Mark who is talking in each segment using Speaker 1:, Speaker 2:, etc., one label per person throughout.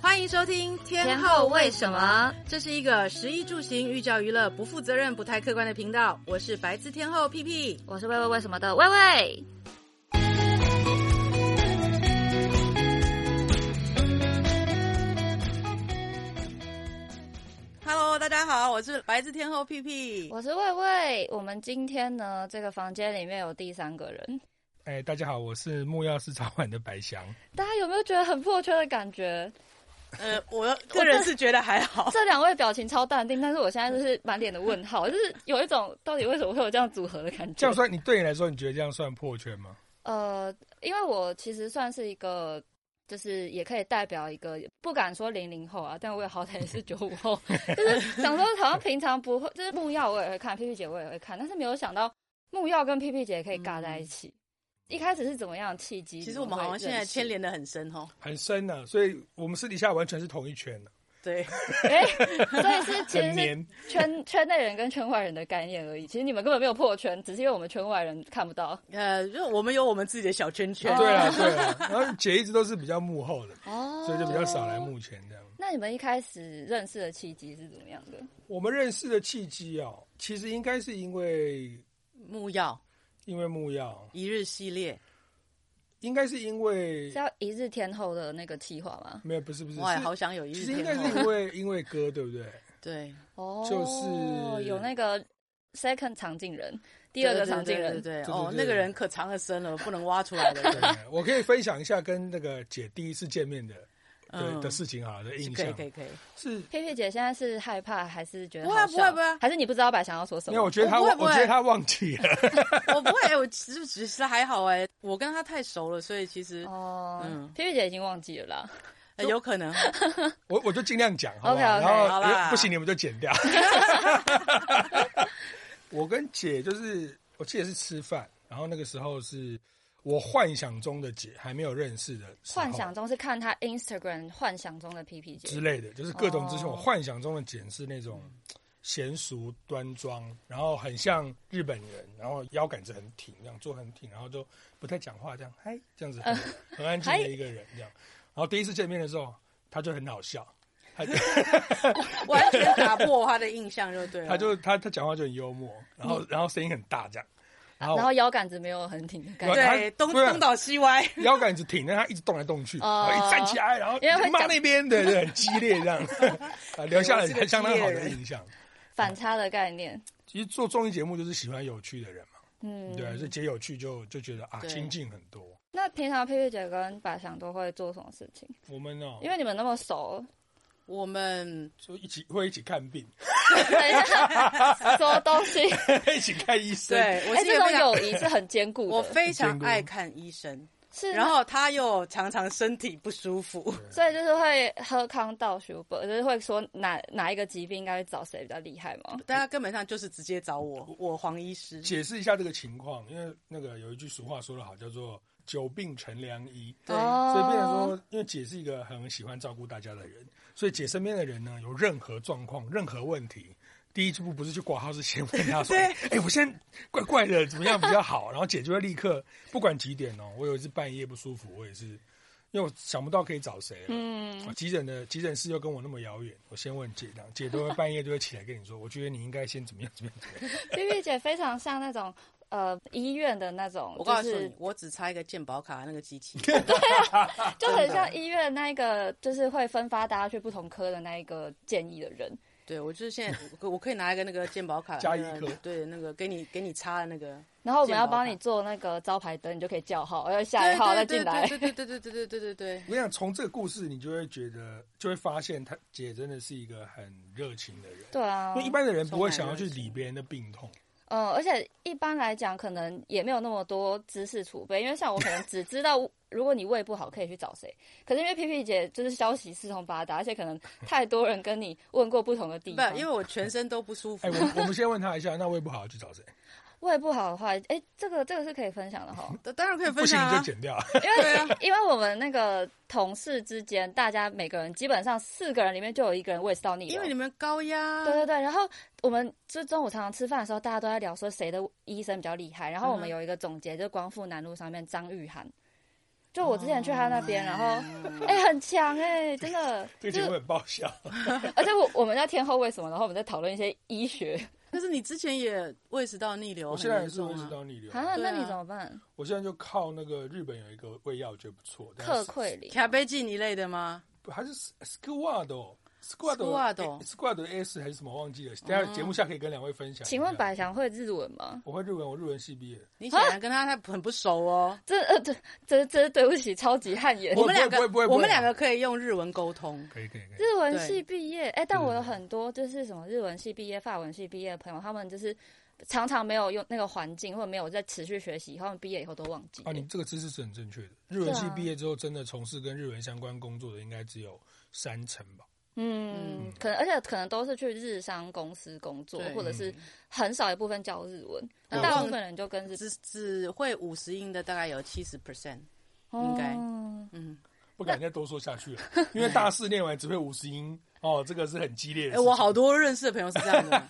Speaker 1: 欢迎收听《天后为什么》，这是一个食衣住行、寓教于乐、不负责任、不太客观的频道。我是白字天后屁屁，
Speaker 2: 我是喂喂为什么的喂喂。
Speaker 1: Hello，大家好，我是白字天后屁屁。
Speaker 2: 我是魏魏，我们今天呢，这个房间里面有第三个人，
Speaker 3: 哎、大家好，我是木曜市茶馆的白翔。
Speaker 2: 大家有没有觉得很破圈的感觉？
Speaker 1: 呃，我个人是觉得还好，
Speaker 2: 这两位表情超淡定，但是我现在就是满脸的问号，就是有一种到底为什么会有这样组合的感
Speaker 3: 这
Speaker 2: 觉
Speaker 3: 样？算，你对你来说，你觉得这样算破圈吗？
Speaker 2: 呃，因为我其实算是一个。就是也可以代表一个，不敢说零零后啊，但我也好歹也是九五后。 就是想说，好像平常不会，就是木曜我也会看，屁屁姐我也会看，但是没有想到木曜跟屁屁姐可以尬在一起。一开始是怎么样的契机？
Speaker 1: 嗯其实我们好像现在牵连的很深哦。
Speaker 3: 很深呢、所以我们私底下完全是同一圈啊的、
Speaker 1: 对，
Speaker 2: 哎、所以 是其
Speaker 3: 很
Speaker 2: 实是
Speaker 3: 黏。
Speaker 2: 圈圈内人跟圈外人的概念而已。其实你们根本没有破圈，只是因为我们圈外人看不到。
Speaker 1: 呃，就我们有我们自己的小圈圈。
Speaker 3: 对 啊，对啊。然后姐一直都是比较幕后的，
Speaker 2: 哦
Speaker 3: 所以就比较少来。幕前这样。
Speaker 2: 那你们一开始认识的契机是怎么样的？
Speaker 3: 我们认识的契机哦，其实应该是因为
Speaker 1: 木曜
Speaker 3: 因为木曜，
Speaker 1: 一日系列，
Speaker 3: 应该是因为
Speaker 2: 是要一日天后的那个计划吗？
Speaker 3: 没有，不是不是，
Speaker 1: 哇，
Speaker 3: 是
Speaker 1: 好想有一
Speaker 3: 其
Speaker 1: 日
Speaker 3: 实应该
Speaker 1: 天
Speaker 3: 是
Speaker 1: 后。
Speaker 3: 因为因为歌，对不 对？
Speaker 1: 对，
Speaker 2: 哦，
Speaker 3: 就是
Speaker 2: 有那个 second 场景人，第二个场景
Speaker 1: 对
Speaker 2: 人
Speaker 1: 对对，对
Speaker 3: 对
Speaker 1: 哦，
Speaker 3: 对
Speaker 1: 那个人可藏得深了，不能挖出来的。
Speaker 3: 对，我可以分享一下跟那个姐第一次见面的的
Speaker 1: 嗯
Speaker 3: 的事情好了，的印
Speaker 1: 可以
Speaker 3: 象
Speaker 1: 可以可以，
Speaker 3: 是
Speaker 2: 佩佩姐现在是害怕还是觉得
Speaker 1: 不会啊
Speaker 2: 好
Speaker 1: 不会
Speaker 2: 笑
Speaker 1: 不会啊
Speaker 2: 还是你不知道白想要说什
Speaker 3: 没有，我
Speaker 2: 么？
Speaker 3: 觉得他，
Speaker 1: 我不
Speaker 3: 我
Speaker 1: 会不会
Speaker 3: 觉得他忘记了。
Speaker 1: 我不会，哎我其实其实还好哎，我跟他太熟了，所以其实
Speaker 2: 哦
Speaker 1: 嗯，
Speaker 2: 佩佩姐已经忘记了啦。
Speaker 1: 呃有可 能。
Speaker 3: 我我就尽量讲，好不
Speaker 2: OK，OK，
Speaker 3: 然后
Speaker 1: 好啦
Speaker 3: 不行，你们就剪掉。我跟姐就是，我记得是吃饭，然后那个时候是我幻想中的姐，还没有认识的时候
Speaker 2: 幻想中是看她 Instagram 幻想中的 P P
Speaker 3: 之
Speaker 2: 姐，
Speaker 3: 类的，就是各种资讯。
Speaker 2: 哦嗯
Speaker 3: 我幻想中的姐是那种娴熟端庄，然后很像日本人，然后腰杆子很挺，这样坐很挺，然后就不太讲话，这样嗨，这样子
Speaker 2: 呃
Speaker 3: 很很安静的一个人这样。然后第一次见面的时候，他就很好笑。他 就
Speaker 1: 完全打破他的印象就对了。
Speaker 3: 他 就他他讲话就很幽默，然后然后声音很大这样，然后
Speaker 2: 嗯啊然后腰杆子没有很挺的感觉。
Speaker 1: 对
Speaker 3: 他
Speaker 1: 东
Speaker 3: 对啊
Speaker 1: 东倒西歪，
Speaker 3: 腰杆子挺，但他一直动来动 去，
Speaker 2: 哦
Speaker 3: 然后一站起来，然后
Speaker 2: 因为会
Speaker 3: 骂
Speaker 2: 讲
Speaker 3: 那边的人很激烈这 样，啊留下
Speaker 1: 对我
Speaker 3: 了
Speaker 1: 是个
Speaker 3: 很相当好
Speaker 1: 激烈
Speaker 3: 的
Speaker 1: 人
Speaker 3: 印象。
Speaker 2: 反差的概念。
Speaker 3: 其实做综艺节目就是喜欢有趣的人嘛，
Speaker 2: 嗯，
Speaker 3: 对啊，所以姐有趣就就觉得啊
Speaker 1: 对
Speaker 3: 亲近很多。
Speaker 2: 那平常佩佩姐跟白翔都会做什么事情？
Speaker 3: 我们哦，
Speaker 2: 因为你们那么熟，
Speaker 1: 我们
Speaker 3: 就一起会一起看病，
Speaker 2: 等一下 什么东西？
Speaker 3: 一起看医生。
Speaker 1: 对我
Speaker 2: 哎，
Speaker 1: 是一
Speaker 2: 这
Speaker 1: 个
Speaker 2: 种
Speaker 1: 非常
Speaker 2: 友谊是很坚固的。
Speaker 1: 我非常
Speaker 3: 见过
Speaker 1: 爱看医生，
Speaker 2: 是，
Speaker 1: 然后他又常常身体不舒服。
Speaker 2: 所以就是会喝康道修本，就是会说哪哪一个疾病应该找谁比较厉害嘛。
Speaker 1: 大家根本上就是直接找我，我黄医师。
Speaker 3: 解释一下这个情况，因为那个有一句俗话说得好，叫做“久病成良医”。
Speaker 1: 对
Speaker 2: 哦
Speaker 3: 所以变成说，因为姐是一个很喜欢照顾大家的人，所以姐身边的人呢，有任何状况、任何问题，第一步不是去挂号，是先问 他说：“哎、我现在怪怪的，怎么样比较好？”然后姐就会立刻，不管几点哦，我有一次半夜不舒服，我也是，因为我想不到可以找谁了。哦
Speaker 2: 嗯，
Speaker 3: 急诊的急诊室又跟我那么遥远，我先问姐，这样姐都会半夜就会起来跟你 说，我觉得你应该先怎么样怎么样。
Speaker 2: 佩佩姐非常像那种呃医院的那种，
Speaker 1: 我
Speaker 2: 就
Speaker 1: 告诉
Speaker 2: 是
Speaker 1: 你，我只插一个健保卡那个机 器，
Speaker 2: 啊就很像医院那一个，就是会分发大家去不同科的那一个建议的人。
Speaker 1: 对我就是现在我我可以拿一个那个健保卡，
Speaker 3: 加一
Speaker 1: 那个
Speaker 3: 颗
Speaker 1: 对那个给你给你插的那个，
Speaker 2: 然后我们要
Speaker 1: 健保
Speaker 2: 帮你
Speaker 1: 卡
Speaker 2: 做那个招牌灯，你就可以叫号，要下一号再进来。
Speaker 1: 对对对对对对对对对
Speaker 3: 我跟你讲，从这个故事，你就会觉得，就会发现她姐真的是一个很热情的人。
Speaker 2: 对啊
Speaker 3: 因为，一般的人不会想要去理别人的病痛，
Speaker 2: 嗯，而且一般来讲，可能也没有那么多知识储备，因为像我可能只 知道，如果你胃不好可以去找谁，可是因为皮皮姐就是消息四通八达，而且可能太多人跟你问过不同的地
Speaker 1: 对，
Speaker 2: 方，
Speaker 1: 不，因为我全身都不舒服
Speaker 3: 哎、。 我我们先问他一下，那胃不好去找谁？
Speaker 2: 胃不好的话，哎、这个这个是可以分享的哈，
Speaker 1: 当然可以
Speaker 3: 不
Speaker 1: 分
Speaker 3: 行
Speaker 1: 享
Speaker 3: 你就
Speaker 1: 啊，
Speaker 3: 剪掉。
Speaker 2: 因为
Speaker 1: 对啊，
Speaker 2: 因为我们那个同事之间，大家每个人基本上四个人里面就有一个人胃食道逆流，
Speaker 1: 因为你们高
Speaker 3: 嗯
Speaker 1: 压，
Speaker 2: 对对对，然后我们就中午常常吃饭的时候，大家都在聊说谁的医生比较厉害。然后我
Speaker 1: 嗯
Speaker 2: 们
Speaker 1: 哼
Speaker 2: 有一个总结，就是光复南路上面张玉涵，就我之前去他那边，然后 哎、很强哎、真的，
Speaker 3: 哦 这
Speaker 2: 就
Speaker 3: 个节目
Speaker 2: 是
Speaker 3: 很爆笑。
Speaker 2: 而且我我们在天后为什么，然后我们在讨论一些医学
Speaker 1: 可是你之前也胃食道逆流
Speaker 3: 我
Speaker 1: 很
Speaker 3: 现在
Speaker 1: 严
Speaker 3: 也是
Speaker 1: 重
Speaker 3: 胃食
Speaker 1: 啊，
Speaker 3: 道逆流，
Speaker 1: 对
Speaker 2: 啊，
Speaker 1: 啊
Speaker 2: 那你怎么办？
Speaker 3: 我现在就靠那个日本有一个胃药，我觉得不错。但
Speaker 2: 克
Speaker 3: 啊是
Speaker 2: 溃里，
Speaker 1: 卡贝基一类的吗？
Speaker 3: 还是 Squad 哦，Squad 哎
Speaker 1: Squad
Speaker 3: Squad 的 S 还是什么忘记了？等一下节目下可以跟两位分享。
Speaker 2: 请问，百祥会日文吗？
Speaker 3: 我会日文，我日文系毕业。
Speaker 1: 你显然跟他他很不熟哦。
Speaker 2: 啊 这呃这这这对不起，超级汗颜
Speaker 3: 不
Speaker 1: 我。
Speaker 3: 会
Speaker 1: 们两
Speaker 3: 不会不会
Speaker 1: 个，
Speaker 3: 不会
Speaker 1: 我们两个可以用日文沟通。
Speaker 3: 可以可以可以。
Speaker 2: 日文系毕业，哎、但我有很多就是什么日文系毕业、法文系毕业的朋友，他们就是常常没有用那个环境，或者没有在持续学习，他们毕业以后都忘记了。
Speaker 3: 啊，你这个知识是很正确的。日文系
Speaker 2: 对啊
Speaker 3: 毕业之后，真的从事跟日文相关工作的，应该只有三成吧。
Speaker 2: 嗯，可能而且可能都是去日商公司工作
Speaker 1: 对，
Speaker 2: 或者是很少一部分教日文，那
Speaker 1: 嗯
Speaker 2: 大部分人就跟日
Speaker 1: 只只会五十音的大概有七十 percent，应该
Speaker 2: 哦
Speaker 1: 嗯，
Speaker 3: 不敢再多说下 去了，因为大四练完只会五十音哦，这个是很激烈
Speaker 1: 哎、
Speaker 3: 的。
Speaker 1: 我好，多认识的朋友是这样的，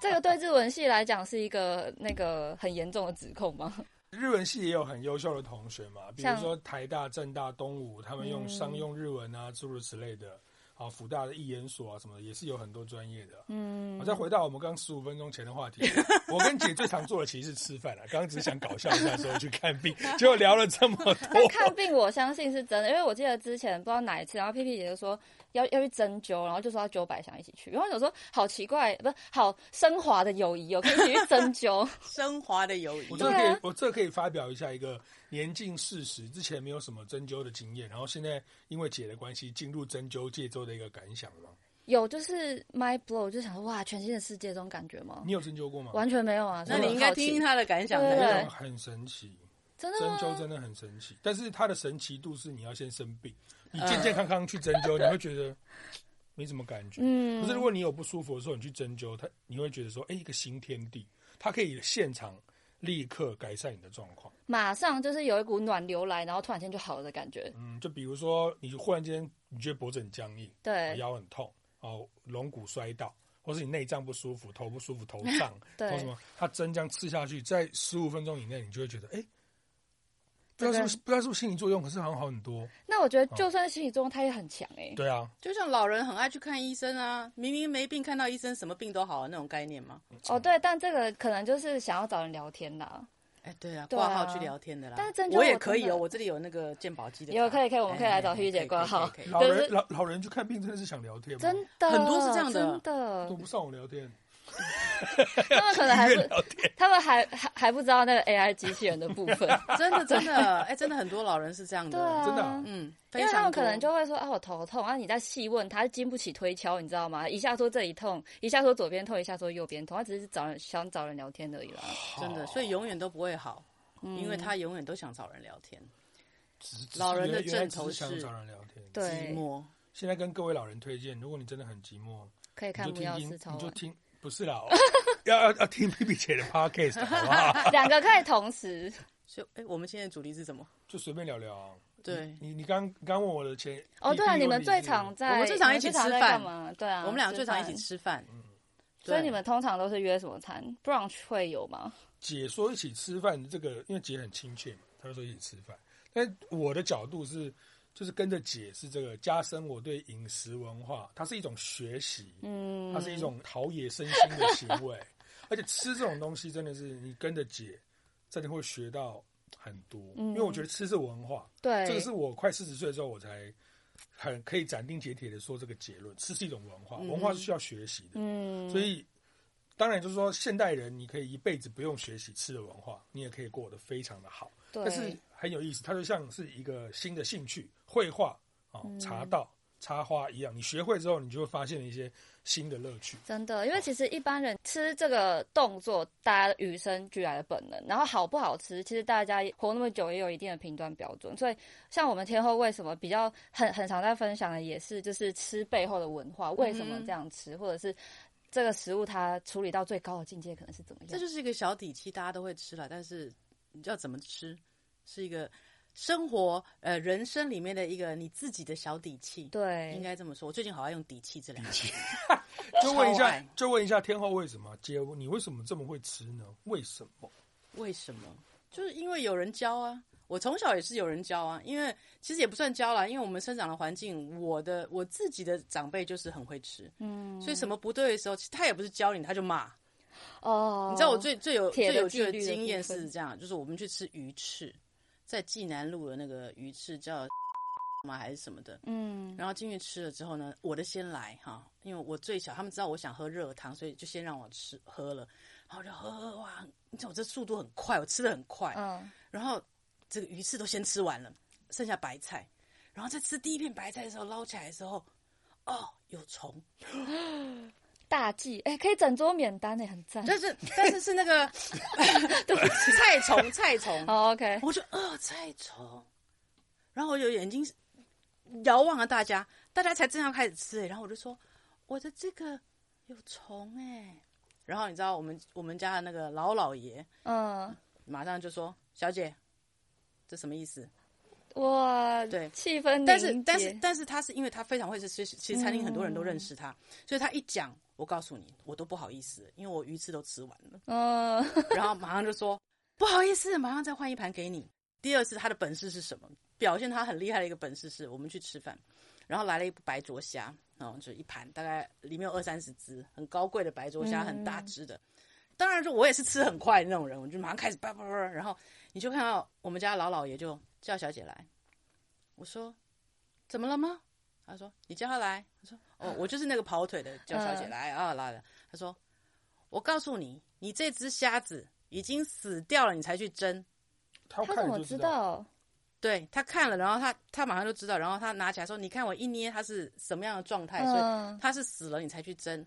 Speaker 2: 这个对日文系来讲是一个那个很严重的指控吗？
Speaker 3: 日文系也有很优秀的同学嘛，比如
Speaker 2: 像
Speaker 3: 说台大、政大、东吴，他们
Speaker 1: 嗯
Speaker 3: 用商用日文啊，诸如此类的。啊，辅大的艺研所啊，什么的也是有很多专业的。
Speaker 2: 嗯
Speaker 3: 我，再回到我们刚十五分钟前的话题， 我跟姐最常做的其实是吃饭啊了。刚刚只是想搞笑一下，说去看 病，结果聊了这么多
Speaker 2: 但。看病我相信是真的，因为我记得之前不知道哪一次，然后 P P 姐就说要要去针灸，然后就说要九百想一起去，然后我想说好奇怪，不是好升华的友谊哦，可以一起去针灸，
Speaker 1: 升华的友谊
Speaker 3: 我。这
Speaker 2: 真的
Speaker 3: 可以，
Speaker 2: 对啊
Speaker 3: 我这可以发表一下一个年近四十之前没有什么针灸的经验，然后现在因为姐的关系进入针灸界之后的一个感想嘛。
Speaker 2: 有就是 my blow，就想说哇，全新的世界这种感觉吗？
Speaker 3: 你有针灸过吗？
Speaker 2: 完全没有啊，
Speaker 1: 那你应该听听
Speaker 2: 他，
Speaker 1: 他的感想
Speaker 2: 对
Speaker 1: 才
Speaker 3: 没有，
Speaker 1: 对。
Speaker 3: 很神奇，
Speaker 2: 真
Speaker 3: 针
Speaker 2: 的吗
Speaker 3: 灸真的很神奇。但是它的神奇度是你要先生病，你
Speaker 2: 嗯
Speaker 3: 健健康康去针灸，你会觉得没什么感觉。
Speaker 2: 嗯
Speaker 3: 可是如果你有不舒服的时候，你去针灸，它你会觉得说，哎、一个新天地，它可以现场立刻改善你的状况。
Speaker 2: 马上就是有一股暖流来，然后突然间就好了的感觉。
Speaker 3: 嗯，就比如说你忽然间你觉得脖子很僵硬，
Speaker 2: 对，
Speaker 3: 哦腰很痛，哦，龙骨摔到，或是你内脏不舒服、头不舒服、头胀，
Speaker 2: 对
Speaker 3: 或什么，它针这样刺下去，在十五分钟以内，你就会觉得，哎、不知道
Speaker 2: 这
Speaker 3: 是
Speaker 2: 个
Speaker 3: 不是不知道是不是心理作用，可是好像好很多。
Speaker 2: 那我觉
Speaker 1: 哦
Speaker 2: 得就算心理作用，它也很强哎、
Speaker 3: 对啊，
Speaker 1: 就像老人很爱去看医生啊，明明没病，看到医生什么病都好、啊、那种概念嘛。
Speaker 2: 哦，对，但这个可能就是想要找人聊天啦。
Speaker 1: 哎、对啊，
Speaker 2: 对啊
Speaker 1: 挂号去聊天的啦。
Speaker 2: 但是针灸
Speaker 1: 我
Speaker 2: 我
Speaker 1: 也
Speaker 2: 真
Speaker 1: 可以哦，
Speaker 2: 的
Speaker 1: 我这里有那个健保机的卡。
Speaker 2: 有可以可以我们可以来找
Speaker 1: 哎
Speaker 2: 玉姐
Speaker 1: 可以
Speaker 2: 挂号
Speaker 1: 可以可以可以
Speaker 3: 老人、
Speaker 2: 就是
Speaker 3: 老老人去看病真的是想聊天吗，
Speaker 2: 真的
Speaker 1: 很多是这样的啊
Speaker 2: 真
Speaker 3: 都
Speaker 2: 的，
Speaker 3: 不上网聊天，
Speaker 2: 他们可能还
Speaker 3: 医
Speaker 2: 不
Speaker 3: 院，聊天。
Speaker 2: 他们还还还不知道那个 AI 机器人的部分，
Speaker 1: 真的真的，哎、真的很多老人是这样的。
Speaker 2: 对啊，
Speaker 3: 真的啊
Speaker 1: 嗯， 非
Speaker 2: 因为他
Speaker 1: 常
Speaker 2: 们可能
Speaker 1: 多
Speaker 2: 就会说啊，我头痛啊，你再细问他，经不起推敲，你知道吗？一下说这里痛，一下说左边痛，一下说右边痛，他只是找人想找人聊天而已 啦。
Speaker 1: 真的，所以永远都不会好，
Speaker 2: 嗯
Speaker 1: 因为他永远都想找人聊天，
Speaker 3: 只是
Speaker 1: 老人的
Speaker 3: 只是原来
Speaker 1: 症头
Speaker 3: 只是想
Speaker 1: 是
Speaker 3: 找人聊天。
Speaker 2: 对
Speaker 1: 寂寞。
Speaker 3: 现在跟各位老人推荐，如果你真的很寂寞，
Speaker 2: 可以
Speaker 3: 你
Speaker 2: 看
Speaker 3: 就
Speaker 2: 木
Speaker 3: 听
Speaker 2: 曜
Speaker 3: 听，
Speaker 2: 四超
Speaker 1: 啊
Speaker 3: 你就
Speaker 2: 玩，
Speaker 3: 听，不是啦，哦 要要要听 B B 姐的 podcast 好不好？
Speaker 2: 啊两个可以同 时。
Speaker 1: 所以，哎、我们现在的主题是什么？
Speaker 3: 就随便聊聊啊。
Speaker 1: 对
Speaker 3: 你你你刚刚问我的前
Speaker 2: 哦，
Speaker 3: 第
Speaker 2: 对啊，
Speaker 3: 第一
Speaker 2: 你
Speaker 3: 个问
Speaker 2: 们
Speaker 3: 题
Speaker 2: 最
Speaker 3: 是
Speaker 2: 常在
Speaker 1: 我们最常一起
Speaker 2: 你们最
Speaker 1: 吃
Speaker 2: 在
Speaker 1: 饭
Speaker 2: 干嘛？对啊，
Speaker 1: 我们两个最常一起
Speaker 2: 饭。
Speaker 1: 吃饭，
Speaker 2: 所以
Speaker 1: 对
Speaker 2: 你们通常都是约什么餐？brunch 会有吗？
Speaker 3: 姐说一起吃饭，这个因为姐很亲切嘛，她就说一起吃饭。但我的角度是，就是跟着姐是这个加深我对饮食文化，它是一种学习，
Speaker 2: 嗯，
Speaker 3: 它是一种陶冶身心的行为。 而且吃这种东西真的是你跟着姐，真的会学到很多。
Speaker 2: 嗯
Speaker 3: 因为我觉得吃是文化，
Speaker 2: 对，
Speaker 3: 这个是我快四十岁之后我才很可以斩钉截铁的说这个结论：吃是一种文化，文化是需要学习的。
Speaker 2: 嗯，
Speaker 3: 所以，当然就是说，现代人你可以一辈子不用学习吃的文化，你也可以过得非常的好。
Speaker 2: 对
Speaker 3: 但是很有意思，它就像是一个新的兴趣，绘画啊、哦茶道、插花一样，你学会之后，你就会发现一些新的乐趣。
Speaker 2: 真的，因
Speaker 1: 哦
Speaker 2: 为其实一般人吃这个动作，大家与生俱来的本能。然后好不好吃，其实大家活那么久也有一定的评断标准。所以像我们天后为什么比较很很常在分享的，也是就是吃背后的文化，为什么这样吃，或者是这个食物它处理到最高的境界可能是怎么样？
Speaker 1: 这就是一个小底气，大家都会吃了，但是你要怎么吃，是一个生活呃人生里面的一个你自己的小底气，
Speaker 2: 对，
Speaker 1: 应该这么说。我最近好爱用底气这两个字，
Speaker 3: 就问一
Speaker 1: 超
Speaker 3: 下
Speaker 1: 爱，
Speaker 3: 就问一下天后为什么姐，你为什么这么会吃呢？为什么？
Speaker 1: 为什么？就是因为有人教啊。我从小也是有人教啊，因为其实也不算教啦，因为我们生长的环境，我的我自己的长辈就是很会吃，
Speaker 2: 嗯，
Speaker 1: 所以什么不对的时候，其实他也不是教你，他就骂。
Speaker 2: 哦，
Speaker 1: 你知道我最最有
Speaker 2: 铁
Speaker 1: 最
Speaker 2: 的
Speaker 1: 有趣的
Speaker 2: 纪律的
Speaker 1: 经
Speaker 2: 部
Speaker 1: 验
Speaker 2: 分
Speaker 1: 是这样，就是我们去吃鱼翅，在济南路的那个鱼翅叫 吗还是什么的，
Speaker 2: 嗯
Speaker 1: 然后进去吃了之后呢，我的先来哈，因为我最小，他们知道我想喝热汤，所以就先让我吃喝了，然后我就喝喝喝哇，你知道我这速度很快，我吃的很快，
Speaker 2: 嗯
Speaker 1: 然后这个鱼翅都先吃完了，剩下白菜，然后在吃第一片白菜的时候捞起来的时候，哦，有虫，
Speaker 2: 大忌哎、可以整桌免单哎、很赞。
Speaker 1: 但是但是是那个菜虫菜虫，
Speaker 2: 好哦 OK，
Speaker 1: 我就呃菜虫，然后我就眼睛遥望了大家，大家才正要开始吃、欸，然后我就说我的这个有虫哎、然后你知道我们我们家的那个老老爷
Speaker 2: 嗯，
Speaker 1: 马上就说小姐，这什么意思？
Speaker 2: 哇，
Speaker 1: 对
Speaker 2: 气氛凝结，
Speaker 1: 但是但是但是他是因为他非常会吃，所以其实餐厅很多人都认识他，所以他一讲，我告诉你，我都不好意思，因为我鱼翅都吃完了。
Speaker 2: 嗯，
Speaker 1: 然后马上就说 不好意思，马上再换一盘给你。第二次他的本事是什么？表现他很厉害的一个本事是我们去吃饭，然后来了一白灼虾，然后就一盘，大概里面有二三十只，很高贵的白灼虾，
Speaker 2: 嗯
Speaker 1: 很大只的。当然，就我也是吃很快的那种人，我就马上开始叭叭叭，然后你就看到我们家老老爷就叫小姐来，我说怎么了吗？他说你叫她来，我说哦，我就是那个跑腿的，叫小姐
Speaker 2: 嗯
Speaker 1: 来啊、来了。他说我告诉你，你这只虾子已经死掉了，你才去蒸。哦
Speaker 3: 他
Speaker 2: 他
Speaker 3: 看
Speaker 2: 怎
Speaker 3: 了
Speaker 2: 么
Speaker 3: 就
Speaker 2: 知
Speaker 3: 知道，
Speaker 2: 道？
Speaker 1: 对他看了，然后他他马上就知道，然后他拿起来说：“你看我一捏它是什么样的状态，所以
Speaker 2: 嗯，
Speaker 1: 它是死了你才去蒸。”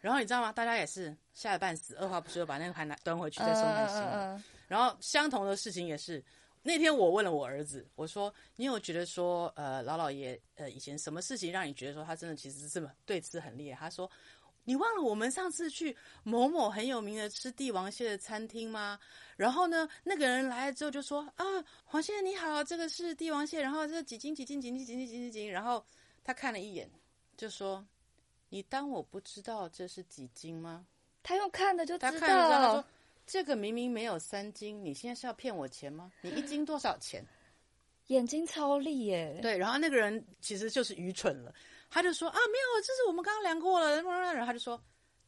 Speaker 1: 然后你知道吗？大家也是吓得半死，二话不说把那个盘拿端回去再送给新人。
Speaker 2: 嗯嗯嗯
Speaker 1: 然后相同的事情也是，那天我问了我儿子，我说：“你有觉得说，呃，老老爷，呃，以前什么事情让你觉得说他真的其实是对吃很厉害？”他说：“你忘了我们上次去某某很有名的吃帝王蟹的餐厅吗？然后呢，那个人来了之后就说：‘啊，黄先生你好，这个是帝王蟹，然后这几斤几斤几斤几斤几斤几斤。’然后他看了一眼，就说：‘你当我不知道这是几斤吗？’
Speaker 2: 他用看的就
Speaker 1: 他
Speaker 2: 知
Speaker 1: 看了之后，他
Speaker 2: 道
Speaker 1: 说：“这个明明没有三斤，你现在是要骗我钱吗？你一斤多少 钱
Speaker 2: 眼睛超利耶、？”
Speaker 1: 对，然后那个人其实就是愚蠢了，他就说：“啊，没有，这是我们刚刚量过了。”然后他就说：“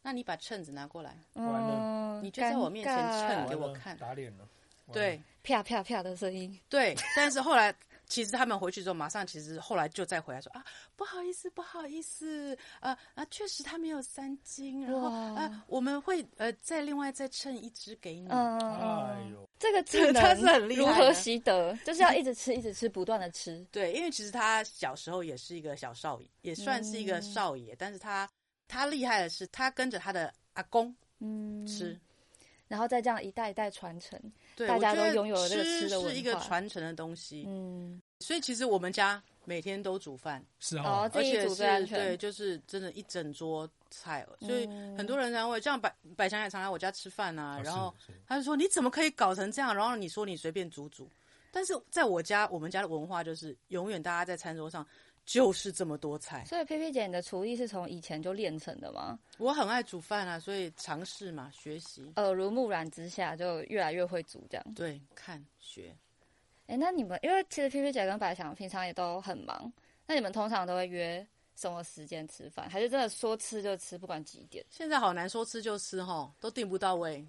Speaker 1: 那你把秤子拿过来，
Speaker 3: 完
Speaker 2: 嗯
Speaker 3: 了，
Speaker 1: 你就在我面前
Speaker 2: 尴尬
Speaker 1: 蹭给我
Speaker 3: 完了
Speaker 1: 看
Speaker 3: 打脸了，完了
Speaker 1: 对
Speaker 2: 啪啪啪的声音，
Speaker 1: 对。”但是后来。其实他们回去之后，马上其实后来就再回来说啊，不好意思，不好意思，啊啊，确实他没有三斤，然后
Speaker 2: 哇
Speaker 1: 啊，我们会呃再另外再称一只给你。
Speaker 2: 嗯，
Speaker 3: 哎
Speaker 2: 嗯嗯
Speaker 3: 呦，
Speaker 2: 这个技 能
Speaker 1: 他是很厉害
Speaker 2: 如
Speaker 1: 的
Speaker 2: 何习得？就是要一直吃，一直吃，不断的 吃。
Speaker 1: 对，因为其实他小时候也是一个小少爷，也算是
Speaker 2: 嗯
Speaker 1: 一个少爷，但是他他厉害的是，他跟着他的阿公
Speaker 2: 嗯，
Speaker 1: 吃，
Speaker 2: 然后再这样一代一代传承。
Speaker 1: 对，
Speaker 2: 大
Speaker 1: 我
Speaker 2: 家
Speaker 1: 觉
Speaker 2: 都
Speaker 1: 得
Speaker 2: 拥有了这个吃
Speaker 1: 吃
Speaker 2: 的
Speaker 1: 是
Speaker 2: 文
Speaker 1: 一个
Speaker 2: 化
Speaker 1: 传承的东西，
Speaker 2: 嗯，
Speaker 1: 所以其实我们家每天都煮饭，
Speaker 3: 是
Speaker 2: 哦
Speaker 3: 啊，
Speaker 2: 自
Speaker 1: 而
Speaker 2: 己
Speaker 1: 且
Speaker 2: 煮
Speaker 1: 是
Speaker 2: 最安全嗯
Speaker 1: 对，就是真的一整桌菜，所以很多人常会这样百百祥也常来我家吃饭啊，
Speaker 3: 啊
Speaker 1: 然后
Speaker 3: 是是
Speaker 1: 他就说你怎么可以搞成这样？然后你说你随便煮煮，但是在我家，我们家的文化就是永远大家在餐桌上就是这么多菜。
Speaker 2: 所以佩佩姐，你的厨艺是从以前就练成的吗？
Speaker 1: 我很爱煮饭啊，所以尝试嘛，学习。
Speaker 2: 耳濡目染之下，就越来越会煮这样。
Speaker 1: 对，看学。
Speaker 2: 哎，那你们因为其实 P P 姐跟白翔平常也都很忙，那你们通常都会约什么时间吃饭？还是真的说吃就吃，不管几点？
Speaker 1: 现在好难说吃就吃哈，都订不到位。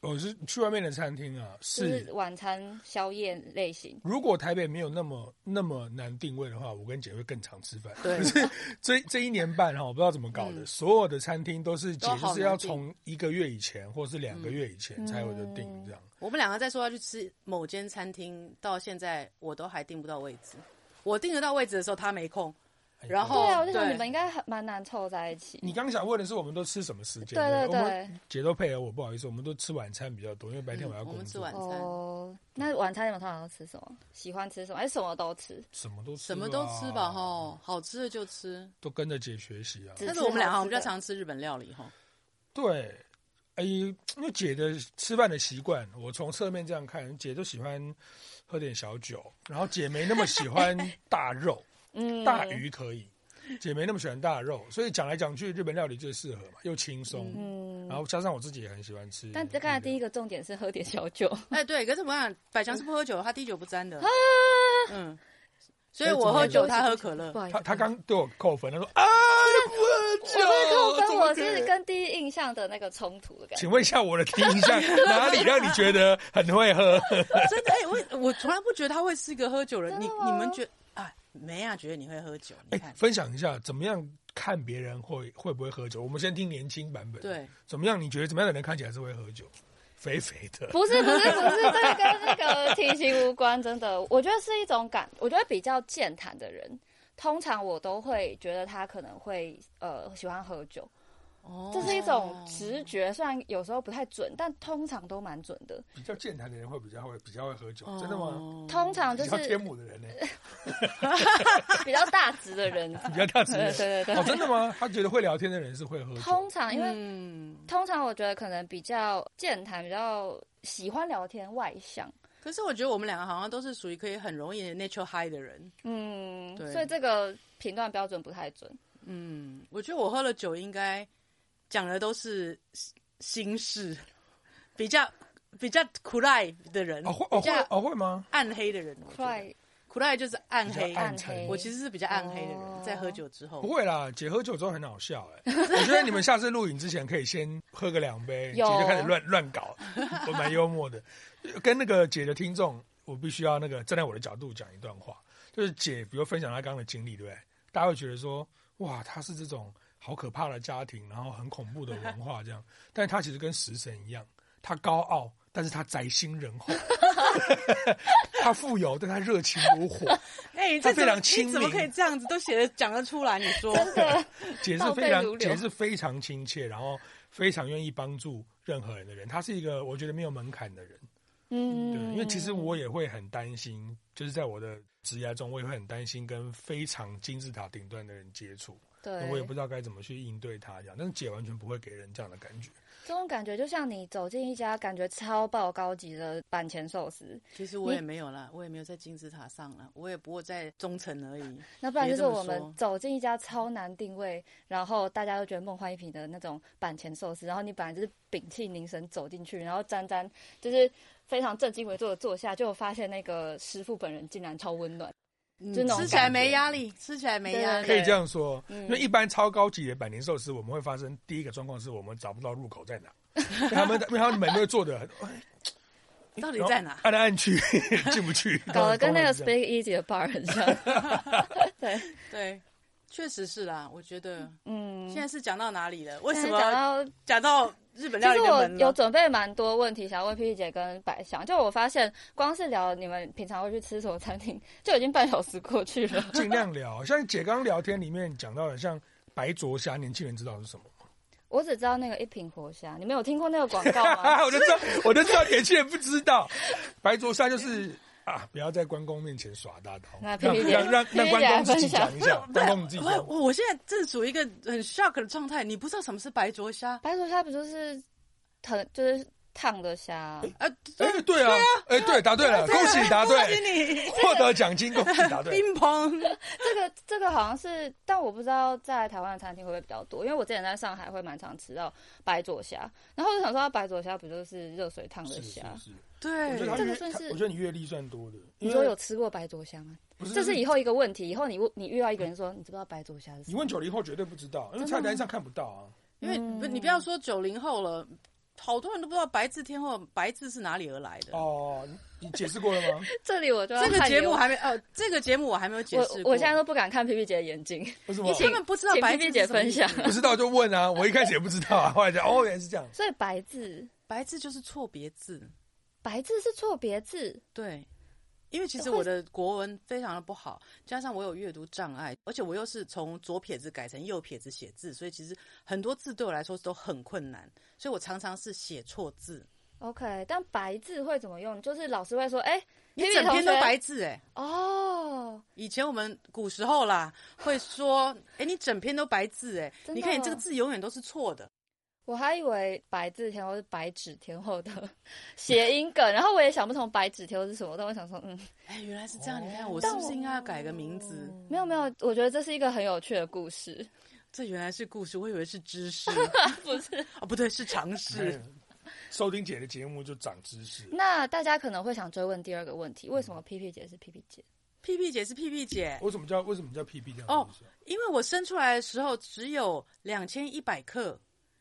Speaker 3: 我哦是去外面的餐厅啊，
Speaker 2: 就是晚餐宵夜类型。
Speaker 3: 如果台北没有那么那么难定位的话，我跟姐会更常吃饭。
Speaker 1: 对
Speaker 3: 可是这这一年半哈，我不知道怎么搞的，
Speaker 1: 嗯
Speaker 3: 所有的餐厅都是姐
Speaker 1: 都好
Speaker 3: 就
Speaker 1: 难嗯
Speaker 3: 是要从一个月以前或是两个月以前才有的定
Speaker 2: 嗯
Speaker 3: 这样。
Speaker 1: 我们两个在说要去吃某间餐厅，到现在我都还订不到位置。我订得到位置的时候，他没空。
Speaker 3: 哎
Speaker 1: 然后
Speaker 2: 对啊，
Speaker 1: 哦
Speaker 2: 我就想
Speaker 1: 对
Speaker 2: 你们应该很蛮难凑在一起。
Speaker 3: 你刚想问的是我们都吃什么时间？
Speaker 2: 对对
Speaker 3: 不我们
Speaker 2: 对，
Speaker 3: 姐都配合我，不好意思，我们都吃晚餐比较多，因为白天
Speaker 1: 嗯
Speaker 3: 要工
Speaker 1: 我
Speaker 3: 作。
Speaker 1: 们吃晚餐
Speaker 2: 哦，那晚餐你们通常都吃什么？喜欢吃什么？还是什么都吃？
Speaker 3: 什么都吃
Speaker 1: 什么都吃吧
Speaker 3: 啊
Speaker 1: 哈，好吃的就吃。
Speaker 3: 都跟着姐学习啊。
Speaker 2: 只
Speaker 1: 但是
Speaker 2: 吃
Speaker 1: 我们俩好
Speaker 2: 好
Speaker 1: 像比
Speaker 2: 吃
Speaker 1: 较
Speaker 2: 的
Speaker 1: 常吃日本料理哈。
Speaker 3: 对，哎，因为姐的吃饭的习惯，我从侧面这样看，姐都喜欢 喝点小酒，然后姐没那么喜欢大肉，
Speaker 2: 嗯
Speaker 3: 大鱼可以，姐没那么喜欢大肉，所以讲来讲去，日本料理最适合嘛，又轻松，
Speaker 2: 嗯
Speaker 3: 然，后加上我自己也很喜欢吃。
Speaker 2: 但刚才第一
Speaker 3: 一，
Speaker 2: 个重点是喝点小酒，
Speaker 1: 哎，对，可是我想百强是不喝酒，他滴酒不沾
Speaker 2: 啊
Speaker 1: 的。嗯，所以
Speaker 3: 哎怎
Speaker 1: 我
Speaker 3: 么
Speaker 1: 喝
Speaker 3: 了
Speaker 1: 酒，他喝可乐
Speaker 2: 不。好意思，
Speaker 3: 他他刚对我扣分，他 说啊，不喝酒，
Speaker 2: 我不是扣
Speaker 3: 哦怎
Speaker 2: 分，
Speaker 3: 么
Speaker 2: 我
Speaker 3: 可以
Speaker 2: 是跟第一印象的那个冲突的感觉。
Speaker 3: 请问一下，我的第一印象 哪里让你觉得很会喝？
Speaker 1: 真 的，哎，我我从来不觉得他会是一个喝酒人。你
Speaker 2: 真的吗
Speaker 1: 你们觉啊？梅亚觉得你会喝酒，你
Speaker 3: 哎、
Speaker 1: 看，
Speaker 3: 分享一下怎么样看别人会会不会喝酒？我们先听年轻版本。
Speaker 1: 对，
Speaker 3: 怎么样？你觉得怎么样的人看起来是会喝酒？肥肥的，
Speaker 2: 不是不是不是，这个跟那个体型无关，真的，我觉得是一种感，我觉得比较健谈的人，通常我都会觉得他可能会呃喜欢喝酒，
Speaker 1: 哦
Speaker 2: 这是一种直觉，虽然有时候不太准，但通常都蛮准的。
Speaker 3: 比较健谈的人会比较会比较会喝酒，哦
Speaker 1: 哦
Speaker 3: 真的吗？？
Speaker 2: 通常哦就
Speaker 3: 比较
Speaker 2: 是
Speaker 3: 天母的人呢、
Speaker 2: 比较大直的人，
Speaker 3: 比较大直
Speaker 2: 对
Speaker 3: 的人。
Speaker 2: 对对
Speaker 3: 哦，
Speaker 2: 对，
Speaker 3: 真的吗？他觉得会聊天的人是会喝酒。
Speaker 2: 通常因为
Speaker 1: 嗯，
Speaker 2: 通常我觉得可能比较健谈，比较喜欢聊天，外向。
Speaker 1: 可是我觉得我们两个好像都是属于可以很容易 natural high 的人。
Speaker 2: 嗯，
Speaker 1: 对
Speaker 2: 所以这个评断标准不太准。
Speaker 1: 嗯，我觉得我喝了酒，应该讲的都是心事，比较比较苦赖的人，
Speaker 3: 哦会哦
Speaker 1: 比较
Speaker 3: 会哦会吗？
Speaker 1: 暗黑的人。
Speaker 2: 快
Speaker 1: 苦赖就是暗黑
Speaker 3: 比较，暗
Speaker 2: 黑，
Speaker 1: 我其实是比较暗黑的人，
Speaker 2: 哦
Speaker 1: 在喝酒之
Speaker 3: 不
Speaker 1: 后。
Speaker 3: 会啦，姐喝酒之后很好笑哎、 我觉得你们下次录影之前可以先喝个两杯，姐
Speaker 2: 有
Speaker 3: 就开始乱乱搞， 我蛮幽默的。跟那个姐的听众，我必须要那个站在我的角度讲一段话，就是姐，比如分享她刚刚的经历，对不对？大家会觉得说，哇，她是这种好可怕的家庭，然后很恐怖的文化这样， 但她其实跟食神一样，她高傲。但是她宅心仁厚， 她富有，但她热情如火。
Speaker 1: 哎、
Speaker 3: 他
Speaker 1: 这怎
Speaker 3: 非
Speaker 1: 么
Speaker 3: 常亲
Speaker 1: 你怎么
Speaker 3: 民
Speaker 1: 可以这样子都写的讲得出来？你说
Speaker 3: 姐是
Speaker 2: 倒背
Speaker 3: 非
Speaker 2: 如
Speaker 3: 常
Speaker 2: 流
Speaker 3: 姐是非常亲切，然后非常愿意帮助任何人的人。她是一个我觉得没有门槛的人，对，
Speaker 2: 嗯
Speaker 3: 因为其实我也会很担心，就是在我的职业中，我也会很担心跟非常金字塔顶端的人接触，
Speaker 2: 对，
Speaker 3: 我也不知道该怎么去应对他这样。但是姐完全不会给人这样的感觉，
Speaker 2: 这种感觉，就像你走进一家感觉超爆高级的板前寿司，
Speaker 1: 其实我
Speaker 2: 你
Speaker 1: 也没有啦，我也没有在金字塔上啦，我也不过在中层而已。
Speaker 2: 那不然就是我
Speaker 1: 别这么说
Speaker 2: 们走进一家超难定位，然后大家都觉得梦幻一品的那种板前寿司，然后你本来就是屏气凝神走进去，然后沾沾就是非常正襟危坐的坐下，就发现那个师傅本人竟然超温 暖。
Speaker 1: 嗯
Speaker 2: 就那种
Speaker 1: 吃起来
Speaker 2: 哦感觉
Speaker 1: 没压力，吃起来没压力。
Speaker 3: 可
Speaker 2: 对
Speaker 3: 以这样说。
Speaker 2: 嗯
Speaker 3: 因为一般超高级的百年寿司，我们会发生第一个状况是我们找不到入口在哪， 他们因为他们门都会做的
Speaker 1: 到底在哪？
Speaker 3: 按来按去 进不去，
Speaker 2: 搞得哦跟那个
Speaker 3: 通常是这样
Speaker 2: Speak Easy 的 bar 很像， 对，
Speaker 1: 对，确实是啦。我觉得
Speaker 2: 嗯，
Speaker 1: 现在是讲到哪里了？为
Speaker 2: 但
Speaker 1: 什
Speaker 2: 是
Speaker 1: 么
Speaker 2: 讲到
Speaker 1: 讲到日本
Speaker 2: 其
Speaker 1: 料理
Speaker 2: 实
Speaker 1: 的
Speaker 2: 我
Speaker 1: 门
Speaker 2: 有
Speaker 1: 了？
Speaker 2: 准备蛮多问题想要问 P P 姐跟白翔，就我发现光是聊你们平常会去吃什么餐厅，就已经半小时过去了。
Speaker 3: 尽量聊。像姐刚聊天里面讲到的，像白灼虾，年轻人知道是什么吗？
Speaker 2: 我只知道那个一瓶活虾，你们有听过那个广告
Speaker 3: 哈
Speaker 2: 吗？
Speaker 3: 哈，我就知道，我就知道年轻人不知道，白灼虾就是啊，不要在关公面前耍大刀，
Speaker 2: 那
Speaker 3: 让
Speaker 2: PPT
Speaker 3: 让让
Speaker 2: PPT
Speaker 3: 让关公
Speaker 2: 来
Speaker 3: 自己
Speaker 2: 分享
Speaker 3: 讲一下，关公你自己
Speaker 1: 我
Speaker 3: 讲。
Speaker 1: 我我现在正处于一个很 shock 的状态，你不知道什么是白灼虾
Speaker 2: 白灼虾不就是很就是烫的虾？
Speaker 1: 啊？
Speaker 3: 哎，对啊，哎，对，答对了，恭
Speaker 2: 啊
Speaker 3: 喜你答
Speaker 1: 恭喜
Speaker 3: 对，
Speaker 1: 你！
Speaker 3: 获得奖金，恭喜你 答 对。
Speaker 1: 乒乓，
Speaker 2: 这个这个好像是，但我不知道在台湾的餐厅会不会比较多，因为我之前在上海会蛮常吃到白灼虾，然后我就想说啊白灼虾不就是热水烫的
Speaker 3: 是是
Speaker 2: 虾？
Speaker 3: 是，我
Speaker 1: 对
Speaker 3: 觉得，他
Speaker 2: 这个
Speaker 3: 阅，
Speaker 2: 算
Speaker 3: 他
Speaker 2: 是
Speaker 3: 我觉得你阅历算多的，
Speaker 2: 你
Speaker 3: 因
Speaker 2: 说有
Speaker 3: 为
Speaker 2: 吃过白灼虾吗？
Speaker 3: 不是
Speaker 2: 这是以后一个问题，以后你问你遇到一个人说你知不知道白灼虾是什
Speaker 3: 你
Speaker 2: 么？
Speaker 3: 问九零后绝对不知道，因为
Speaker 2: 真的
Speaker 3: 菜单
Speaker 2: 吗
Speaker 3: 上看不到啊。
Speaker 1: 因为
Speaker 2: 嗯
Speaker 1: 不你不要说九零后了，好多人都不知道白字天后白字是哪里而来的。
Speaker 3: 哦，你解释过了吗？
Speaker 2: 这里我就要
Speaker 1: 这个
Speaker 2: 汗
Speaker 1: 节
Speaker 2: 流
Speaker 1: 目还没哦，这个节目我还没有解
Speaker 2: 我
Speaker 1: 释过。
Speaker 2: 我现在都不敢看 P P 姐的眼睛，
Speaker 3: 为什么
Speaker 2: 你？请
Speaker 1: 他们不知道
Speaker 2: 请
Speaker 1: 白字
Speaker 2: P P
Speaker 1: 是
Speaker 2: 姐
Speaker 1: 什么
Speaker 2: 分
Speaker 1: 意思
Speaker 2: 享。
Speaker 3: 不知道就问啊，我一开始也不知道啊， 后来讲哦，原来是这样。
Speaker 2: 所以白字，
Speaker 1: 白字就是错别字，
Speaker 2: 白字是错别字，
Speaker 1: 对，因为其实
Speaker 2: 会
Speaker 1: 我的国文非常的不好，加上我有阅读障碍，而且我又是从左撇子改成右撇子写字，所以其实很多字对我来说都很困难，所以我常常是写错字，
Speaker 2: OK，但白字会怎么用？就是老师会说，哎、
Speaker 1: 你
Speaker 2: P P
Speaker 1: 整
Speaker 2: 同
Speaker 1: 篇
Speaker 2: 学
Speaker 1: 都白字哎、
Speaker 2: 哦，
Speaker 1: 以前我们古时候啦，会说，哎、你整篇都白字哎、
Speaker 2: 真的
Speaker 1: 你看你这个字永远都是错的，
Speaker 2: 我还以为白字天后是白纸天后的 谐音梗，然后我也想不通白纸天后是什么，但我想说，嗯，
Speaker 1: 哎，原来是这样，
Speaker 2: 哦
Speaker 1: 你看我是不是应该要改个名字？
Speaker 2: 没有没有，我觉得这是一个很有趣的故事，
Speaker 1: 这原来是故事，我以为是知 识
Speaker 2: 不是？
Speaker 1: 哦， 不对，是常识。
Speaker 3: 哎收听姐的节目就长知识。
Speaker 2: 那大家可能会想追问第二个问题，为什么 P P 姐是 P P 姐？
Speaker 1: 屁屁姐是屁屁姐，
Speaker 3: 为什么叫为什么叫 PB 这样？
Speaker 1: 哦，因为我生出来的时候只有两千一百克，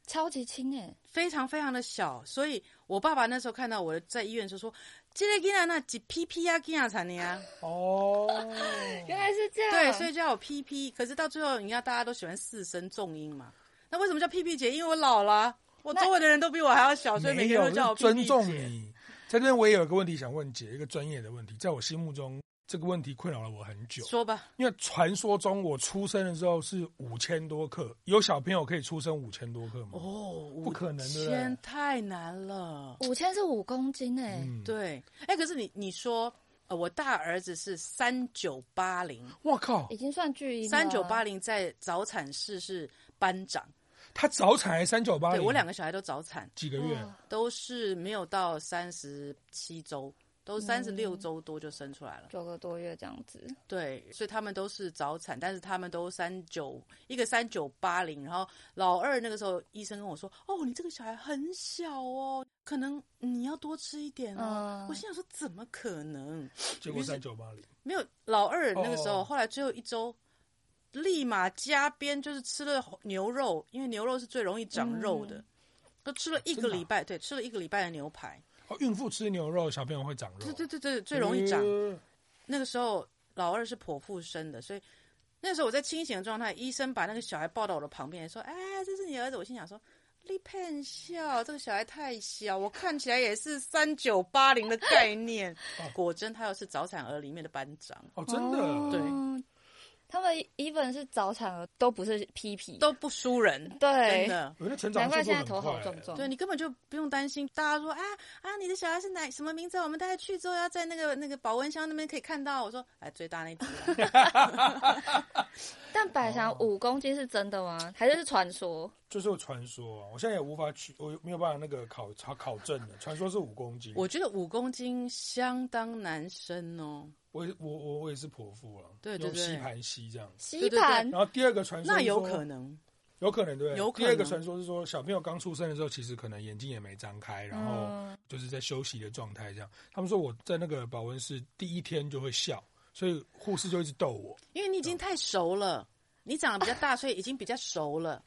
Speaker 2: 超级轻哎、
Speaker 1: 非常非常的小，所以我爸爸那时候看到我在医院就说：“这个囡仔那几屁屁呀，囡仔才你啊。
Speaker 3: 哦，
Speaker 2: 原来是这样。
Speaker 1: 对，所以叫我屁屁。可是到最后，你看大家都喜欢四声重音嘛，那为什么叫屁屁姐？因为我老了，我周围的人都比我还要小，哦所以每
Speaker 3: 没
Speaker 1: 个人
Speaker 3: 有
Speaker 1: 都叫我屁
Speaker 3: 尊
Speaker 1: 屁
Speaker 3: 重
Speaker 1: 姐。
Speaker 3: 你。在这边我也有一个问题想问姐，一个专业的问题，在我心目中这个问题困扰了我很久。
Speaker 1: 说吧，
Speaker 3: 因为传说中我出生的时候是五千多克，有小朋友可以出生五千多克吗？
Speaker 1: 哦，
Speaker 3: 不可能对不对
Speaker 1: 天太难了。
Speaker 2: 五千是五公斤哎、
Speaker 3: 嗯，，
Speaker 1: 对，哎，可是你你说，呃，我大儿子是三九八零。
Speaker 3: 我靠，
Speaker 1: 哎
Speaker 2: 已经算巨婴了。
Speaker 1: 三九八零在早产室是班长，
Speaker 3: 他早产还三九八
Speaker 1: 对
Speaker 3: 零，
Speaker 1: 我两个哦小孩都早产，
Speaker 3: 几个月
Speaker 2: 哇
Speaker 1: 都是没有到三十七周，都三十六周多就生出来了。
Speaker 2: 九个多月这样子，
Speaker 1: 对，所以他们都是早产，但是他们都三九，一个三九八零，然后老二那个时候医生跟我说：“哦，你这个小孩很小哦，可能你要多吃一点哦。
Speaker 2: 嗯
Speaker 1: 我心想说：“怎么可能？”
Speaker 3: 结果三九八零，
Speaker 1: 没有老二那个时候，
Speaker 3: 哦
Speaker 1: 后来最后一周，立马加鞭，就是吃了牛肉，因为牛肉是最容易长肉的，都吃了一个礼拜，对，吃了一个礼拜的牛排，
Speaker 3: 哦，孕妇吃牛肉，小朋友会长肉，
Speaker 1: 对对对对，最容易长。
Speaker 3: 呃
Speaker 1: 那个时候老二是剖腹生的，所以那时候我在清醒的状态，医生把那个小孩抱到我的旁边，说：“哎，这是你儿子。”我心想说。立骗笑，这个小孩太小，我看起来也是三九八零的概念。果真，他又是早产儿里面的班长，
Speaker 3: 哦，真的，
Speaker 1: 对
Speaker 2: 哦他们 even 是早产儿都不是批评，
Speaker 1: 都不输人，真
Speaker 2: 对，
Speaker 1: 的。
Speaker 3: 我的成长
Speaker 2: 难怪
Speaker 3: 速
Speaker 2: 现
Speaker 3: 度
Speaker 2: 在
Speaker 3: 很
Speaker 2: 头好
Speaker 3: 快，
Speaker 2: 重重。
Speaker 1: 对你根本就不用担心，大家说啊啊，你的小孩是哪什么名字啊？我们带他去之后要在那个那个保温箱那边可以看到。我说，哎，最大那一只啊、
Speaker 2: 但百
Speaker 3: 哦
Speaker 2: 祥五公斤是真的吗？还是是传说？
Speaker 3: 就是有传说啊，我现在也无法去，我没有办法那个考考考证了。传说是五公斤，
Speaker 1: 我觉得五公斤相当难生哦。
Speaker 3: 我也我我我也是剖腹了，
Speaker 1: 对对
Speaker 3: 用
Speaker 1: 对
Speaker 3: 吸盘吸这样。
Speaker 2: 吸盘
Speaker 3: 然后第二个传说
Speaker 1: 那
Speaker 3: 是
Speaker 1: 有
Speaker 3: 说
Speaker 1: 可，能，
Speaker 3: 有可能对不对。
Speaker 1: 有可
Speaker 3: 第二个
Speaker 1: 能
Speaker 3: 传说是说，小朋友刚出生的时候，其实可能眼睛也没张开，然
Speaker 1: 嗯
Speaker 2: 嗯
Speaker 3: 后就是在休息的状态这样。他们说我在那个保温室第一天就会笑，所以护士就一直逗我。
Speaker 1: 因为你已经太熟了，你长得比较大，所以已经比较熟了，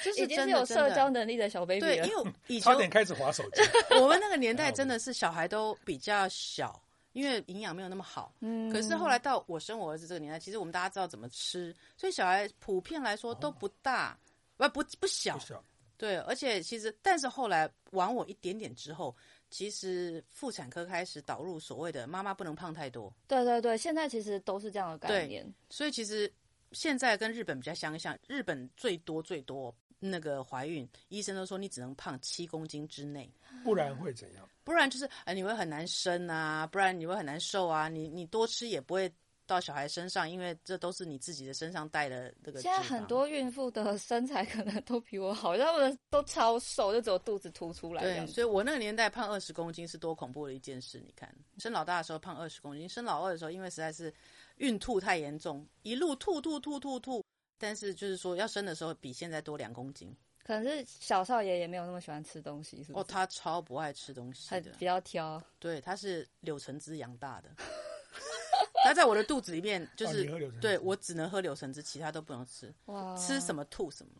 Speaker 1: 这是
Speaker 2: 已经
Speaker 1: 真
Speaker 2: 是
Speaker 1: 的
Speaker 2: 有
Speaker 1: 真的
Speaker 2: 社交能力的小 baby
Speaker 1: 对，
Speaker 2: 了
Speaker 1: 因。为以 前
Speaker 3: 差点开始划手 机，
Speaker 1: 我们那个年代真的是小孩都比较小，因为营养没有那么好。嗯，可是后来到我生我儿子这个年代，其实我们大家知道怎么吃，所以小孩普遍来说都不大，不不不小
Speaker 3: 不。笑。
Speaker 1: 对，而且其实，但是后来晚我一点点之后，其实妇产科开始导入所谓的“妈妈不能胖太多
Speaker 2: 对对对，现在其实都是这样的概念。”，
Speaker 1: 所以其实现在跟日本比较相像，日本最多最多那个怀孕，医生都说你只能胖七公斤之内。
Speaker 3: 不然会怎样？
Speaker 1: 不然就是呃你会很难生啊，不然你会很难受啊，你你多吃也不会到小孩身上，因为这都是你自己的身上带的这个。
Speaker 2: 现在很。多孕妇的身材可能都比我好，像他们都超瘦，就只有肚子凸出来这
Speaker 1: 对
Speaker 2: 样，子。
Speaker 1: 所以我那个年代胖二十公斤是多恐怖的一件事。你看，生老大的时候胖二十公斤，生老二的时候，因为实在是孕吐太严重，一路吐吐吐吐吐，但是就是说要生的时候比现在多两公斤。
Speaker 2: 可能是小少爷也没有那么喜欢吃东西，是不
Speaker 1: 哦，
Speaker 2: 是？
Speaker 1: 他超不爱吃东西
Speaker 2: 很
Speaker 1: 的，
Speaker 2: 比较挑。
Speaker 1: 对，他是柳橙汁养大的。 他在我的肚子里面，就
Speaker 3: 哦
Speaker 1: 是、
Speaker 3: 你喝柳橙汁哦
Speaker 1: 对我只能喝柳橙汁，其他都不能吃。
Speaker 2: 哇，
Speaker 1: 吃什？么吐什么。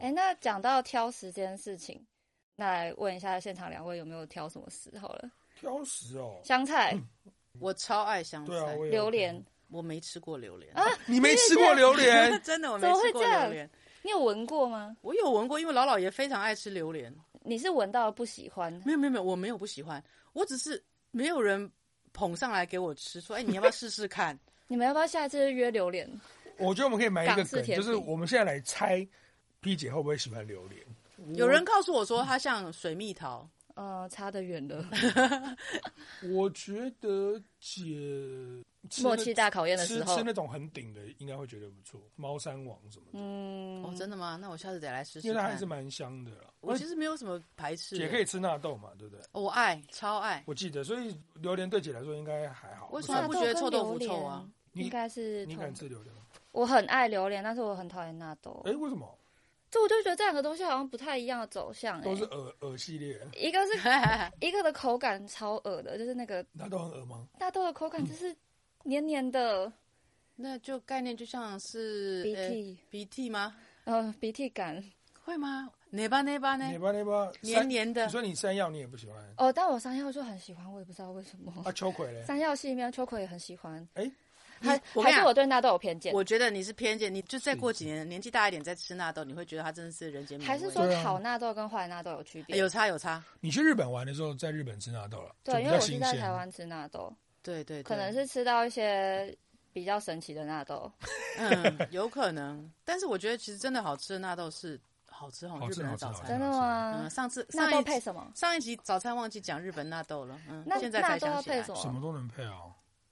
Speaker 2: 哎、那讲到挑食这件事情，那问一下现场两位有没有挑什么食好了？
Speaker 3: 挑食哦，
Speaker 2: 香菜、
Speaker 1: 我超爱香菜，
Speaker 3: 对啊，我
Speaker 1: 我
Speaker 3: 也啊
Speaker 2: 榴莲，
Speaker 1: 没吃过榴莲，
Speaker 3: 你没吃过榴 莲
Speaker 1: 真的我没吃
Speaker 2: 怎么
Speaker 1: 过
Speaker 2: 会这样
Speaker 1: 榴莲。
Speaker 2: 你有闻过吗？
Speaker 1: 我有闻过，因为老老爷非常爱吃榴莲。
Speaker 2: 你是闻到不喜欢？
Speaker 1: 没有没有没有，我没有不喜欢，我只是没有人捧上来给我吃，说哎你要不要试试 看？
Speaker 2: 你们要不要下一次约榴莲？
Speaker 3: 我觉得我们可以埋一个
Speaker 2: 港式
Speaker 3: 梗，
Speaker 2: 甜
Speaker 3: 就
Speaker 2: 品
Speaker 3: 是我们现在来猜 P 姐会不会喜欢榴莲。
Speaker 1: 有人告诉我说它像水蜜桃，
Speaker 2: 呃，差得 远了，
Speaker 3: 我觉得姐吃
Speaker 2: 默
Speaker 3: 那
Speaker 2: 契大考验的
Speaker 3: 吃
Speaker 2: 时候
Speaker 3: 吃，那种很顶的，应该会觉得不错。猫山王什么的，
Speaker 2: 嗯，
Speaker 1: 哦，真的吗？那我下次得来试
Speaker 3: 因
Speaker 1: 试
Speaker 3: 为它
Speaker 1: 看
Speaker 3: 还是。蛮香的啦。哎
Speaker 1: 我其实没有什么排斥，
Speaker 3: 姐可以吃纳豆嘛，对不对？
Speaker 1: 哦我爱，超爱。
Speaker 3: 我记得，所以榴莲对姐来说应该还好。
Speaker 1: 为什么她
Speaker 2: 纳
Speaker 3: 不算
Speaker 1: 不
Speaker 2: 豆
Speaker 1: 觉得
Speaker 2: 跟
Speaker 1: 臭豆
Speaker 2: 榴
Speaker 1: 腐
Speaker 2: 莲
Speaker 1: 臭啊
Speaker 3: 你
Speaker 2: 应该是
Speaker 3: 你
Speaker 2: 同
Speaker 3: 敢吃榴莲吗？
Speaker 2: 我很爱榴莲，但是我很讨厌纳豆。
Speaker 3: 哎，为什么？
Speaker 2: 这我就觉得这两个东西好像不太一样的走向、欸，
Speaker 3: 都是鹅鹅系列，
Speaker 2: 一个是一个的口感超恶的，就是那个
Speaker 3: 纳豆很鹅吗？
Speaker 2: 纳豆的口感就是黏黏的
Speaker 1: 嗯那就概念就像是
Speaker 2: 鼻
Speaker 1: 呃
Speaker 2: 涕，
Speaker 1: 鼻涕吗？
Speaker 2: 呃，鼻涕感。
Speaker 1: 会吗？哪巴哪巴呢？
Speaker 3: 你吧你吧，
Speaker 1: 黏
Speaker 3: 山
Speaker 1: 黏的
Speaker 3: 你。说你山药你也不喜欢
Speaker 2: 哦，但我山药就很喜欢，我也不知道为什么。
Speaker 3: 啊？秋葵嘞？
Speaker 2: 山药系里面秋葵也很喜欢，
Speaker 3: 哎，
Speaker 2: 还
Speaker 1: 我跟
Speaker 2: 还
Speaker 1: 你
Speaker 2: 是
Speaker 1: 讲
Speaker 2: 我对纳豆有偏见，
Speaker 1: 我觉得你是偏见，你就再过几年年纪大一点再吃纳豆，你会觉得它真的是人间美味。
Speaker 2: 还是说
Speaker 3: 对啊
Speaker 2: 好纳豆跟坏纳豆有区别？
Speaker 1: 哎有差有差？
Speaker 3: 你去日本玩的时候，在日本吃纳豆了，就
Speaker 2: 对，
Speaker 3: 比
Speaker 2: 因为
Speaker 3: 较
Speaker 2: 我是
Speaker 3: 新
Speaker 2: 在
Speaker 3: 鲜
Speaker 2: 台。湾吃纳豆，
Speaker 1: 对对对，
Speaker 2: 可能是吃到一些比较神奇的纳豆。
Speaker 1: 嗯，有可能。但是我觉得其实真的好吃的纳豆是好吃哦，
Speaker 3: 好
Speaker 1: 日
Speaker 3: 吃
Speaker 1: 本的
Speaker 3: 好吃
Speaker 1: 早
Speaker 3: 好吃
Speaker 1: 餐
Speaker 2: 真。的吗
Speaker 1: 嗯，？上次
Speaker 2: 纳
Speaker 1: 上
Speaker 2: 豆
Speaker 1: 一
Speaker 2: 配
Speaker 1: 集
Speaker 2: 什么？
Speaker 1: 上一集早餐忘记讲日本纳豆了，嗯，
Speaker 2: 那
Speaker 1: 现在才
Speaker 2: 纳豆
Speaker 1: 想
Speaker 2: 要
Speaker 1: 起
Speaker 2: 配
Speaker 1: 来
Speaker 2: 什，么？
Speaker 3: 什么都能配啊，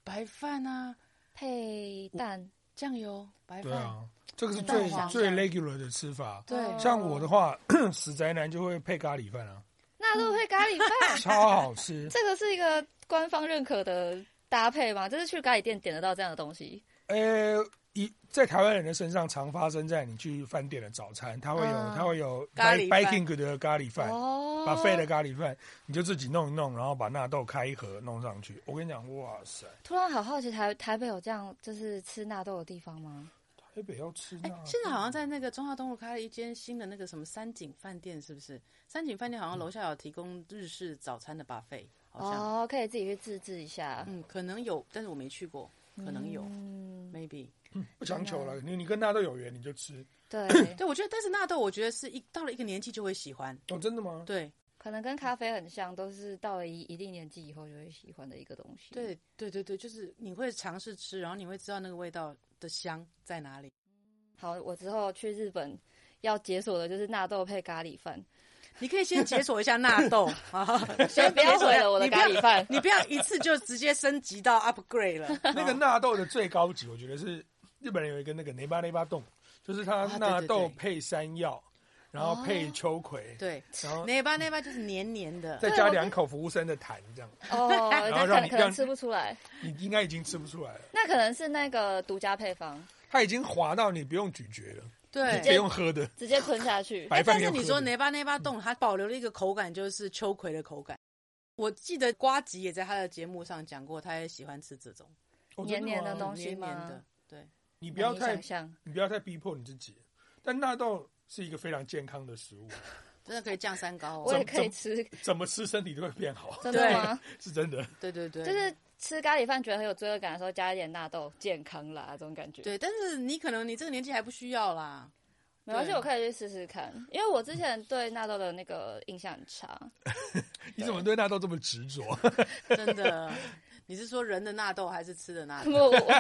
Speaker 1: 白饭啊，
Speaker 2: 配蛋。
Speaker 1: 酱油，白
Speaker 3: 对
Speaker 1: 饭，
Speaker 3: 啊，这个是
Speaker 1: 蛋
Speaker 3: 最
Speaker 1: 黄
Speaker 3: 最 regular 的吃法。
Speaker 1: 对
Speaker 2: 哦
Speaker 3: 像我的话， 死宅男就会配咖喱 饭啊，
Speaker 2: 纳豆配咖喱饭，
Speaker 3: 超好吃。
Speaker 2: 这个是一个官方认可的搭配吗？就是去咖喱店点得到这样的东西？
Speaker 3: 呃，一在台湾人的身上常发生在你去饭店的早餐，它会有、
Speaker 2: 嗯
Speaker 3: 它会有
Speaker 1: 咖喱
Speaker 3: b a
Speaker 1: 饭
Speaker 3: k i n g 的咖喱饭。
Speaker 2: 哦，
Speaker 3: 把废的咖喱饭，你就自己弄一弄，然后把纳豆开一盒弄上去。我跟你讲，哇塞，
Speaker 2: 突然好好奇台台北有这样就是吃纳豆的地方吗？
Speaker 3: 台北要吃纳
Speaker 1: 哎
Speaker 2: 哦
Speaker 3: 豆，，
Speaker 1: 现在好像在那个中华东路开了一间新的那个什么三井饭店，是不是？三井饭店好像楼下有提供日式早餐的 buffet，好像，
Speaker 2: 嗯哦，可以自己去自制一下，
Speaker 1: 嗯，可能有，但是我没去过，可能有
Speaker 2: 嗯，
Speaker 1: ，maybe。
Speaker 3: 不强求了。你你跟纳豆有缘，你就吃。
Speaker 2: 对，
Speaker 1: 对，我觉得，但是纳豆，我觉得是一到了一个年纪就会喜欢，
Speaker 3: 哦，真的吗？
Speaker 1: 对，
Speaker 2: 可能跟咖啡很像，都是到了一一定年纪以后就会喜欢的一个东西。
Speaker 1: 对，对，对，对，就是你会尝试吃，然后你会知道那个味道的香在哪里。
Speaker 2: 好，我之后去日本要解锁的就是纳豆配咖喱饭，
Speaker 1: 你可以先解锁一下纳 豆啊，先
Speaker 2: 不要
Speaker 1: 解锁一
Speaker 2: 毁
Speaker 1: 下
Speaker 2: 了我的
Speaker 1: 你不
Speaker 2: 咖
Speaker 1: 要
Speaker 2: 喱饭。
Speaker 1: 你不要一次就直接升级到 upgrade 了。
Speaker 3: 那个纳豆的最高级，我觉得是日本人有一个那个雷巴雷巴冻，就是它
Speaker 1: 啊
Speaker 3: 纳
Speaker 1: 对对
Speaker 3: 豆
Speaker 1: 对
Speaker 3: 配山药，然后配秋葵，
Speaker 1: 对，
Speaker 3: 然后
Speaker 1: 那吧那吧就是黏黏的，
Speaker 3: 再加两口服务生的痰，这样
Speaker 2: 哦，
Speaker 3: 后
Speaker 2: 那可
Speaker 3: 让你
Speaker 2: 能可
Speaker 3: 让
Speaker 2: 能吃不出来，
Speaker 3: 你应该已经吃不出来了。
Speaker 2: 那可能是那个独家配方，
Speaker 3: 它已经滑到你不用咀嚼了，你不
Speaker 1: 对。
Speaker 3: 用喝的。
Speaker 2: 直接吞下 去。
Speaker 3: 哎白饭
Speaker 1: 但
Speaker 3: 没
Speaker 1: 是
Speaker 3: 有
Speaker 1: 你
Speaker 3: 喝
Speaker 1: 说
Speaker 3: 的
Speaker 1: 那吧那吧冻，它保留了一个口感，就是秋葵的口感。我记得瓜吉也在他的节目上讲过，他也喜欢吃这种
Speaker 3: 哦
Speaker 2: 黏
Speaker 3: 真
Speaker 2: 黏的
Speaker 3: 吗
Speaker 2: 东西
Speaker 1: 黏黏
Speaker 2: 吗
Speaker 1: 的。对，
Speaker 3: 你不要
Speaker 2: 难以
Speaker 3: 太
Speaker 2: 想象，
Speaker 3: 你不要太逼迫你自己。但纳豆是一个非常健康的食物，
Speaker 1: 真的可以降三高
Speaker 2: 我
Speaker 1: 哦
Speaker 2: 也。可以吃，
Speaker 3: 怎么吃身体都会变好，
Speaker 2: 真的吗？
Speaker 3: 是真的。
Speaker 1: 对对对，
Speaker 2: 就是吃咖喱饭觉得很有罪恶感的时候，加一点纳豆，健康啦，这种感觉。
Speaker 1: 对，但是你可能你这个年纪还不需要啦。
Speaker 2: 没关系，
Speaker 1: 对
Speaker 2: 我可以去试试看，因为我之前对纳豆的那个印象很差。
Speaker 3: 你怎么对纳豆这么执着？
Speaker 1: 真 的，你是说人的纳豆还是吃的纳豆？
Speaker 2: 我 我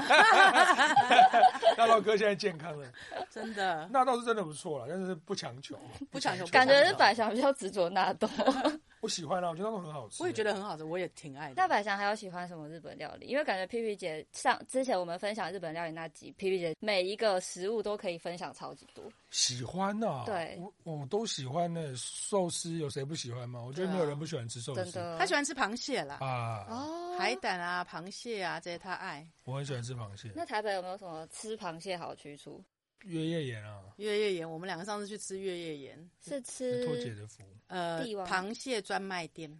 Speaker 3: 纳豆哥现在健康了，
Speaker 1: 真的
Speaker 3: 纳豆是真的不错了，但是不强 求。
Speaker 1: 不强求，
Speaker 2: 感觉
Speaker 1: 不
Speaker 2: 是
Speaker 1: 强求
Speaker 2: 百祥比较执着纳豆。
Speaker 3: 我喜欢啊，我觉得纳豆很好吃。
Speaker 1: 我也觉得很好吃，我也挺爱
Speaker 2: 那
Speaker 1: 的。
Speaker 2: 百祥还有喜欢什么日本料理？因为感觉 P P 姐上之前我们分享日本料理那集，P P 姐每一个食物都可以分享超级多。
Speaker 3: 喜欢呐、
Speaker 2: 对
Speaker 3: 我我都喜欢呢、寿司有谁不喜欢吗？我觉
Speaker 1: 对
Speaker 3: 得
Speaker 1: 啊
Speaker 3: 没有人不喜欢吃寿
Speaker 2: 真
Speaker 3: 司
Speaker 2: 的，
Speaker 1: 他喜欢吃螃蟹啦，
Speaker 3: 啊，
Speaker 2: 哦。
Speaker 1: 海胆啊、螃蟹啊这些他爱。
Speaker 3: 我很喜欢吃螃蟹，
Speaker 2: 那台北有没有什么吃螃蟹好去处？
Speaker 3: 月夜盐啊，
Speaker 1: 月夜盐，我们两个上次去吃月夜盐，
Speaker 2: 是
Speaker 3: 是托姐
Speaker 2: 吃
Speaker 3: 的福。
Speaker 1: 呃，
Speaker 2: 帝王
Speaker 1: 螃蟹专卖店，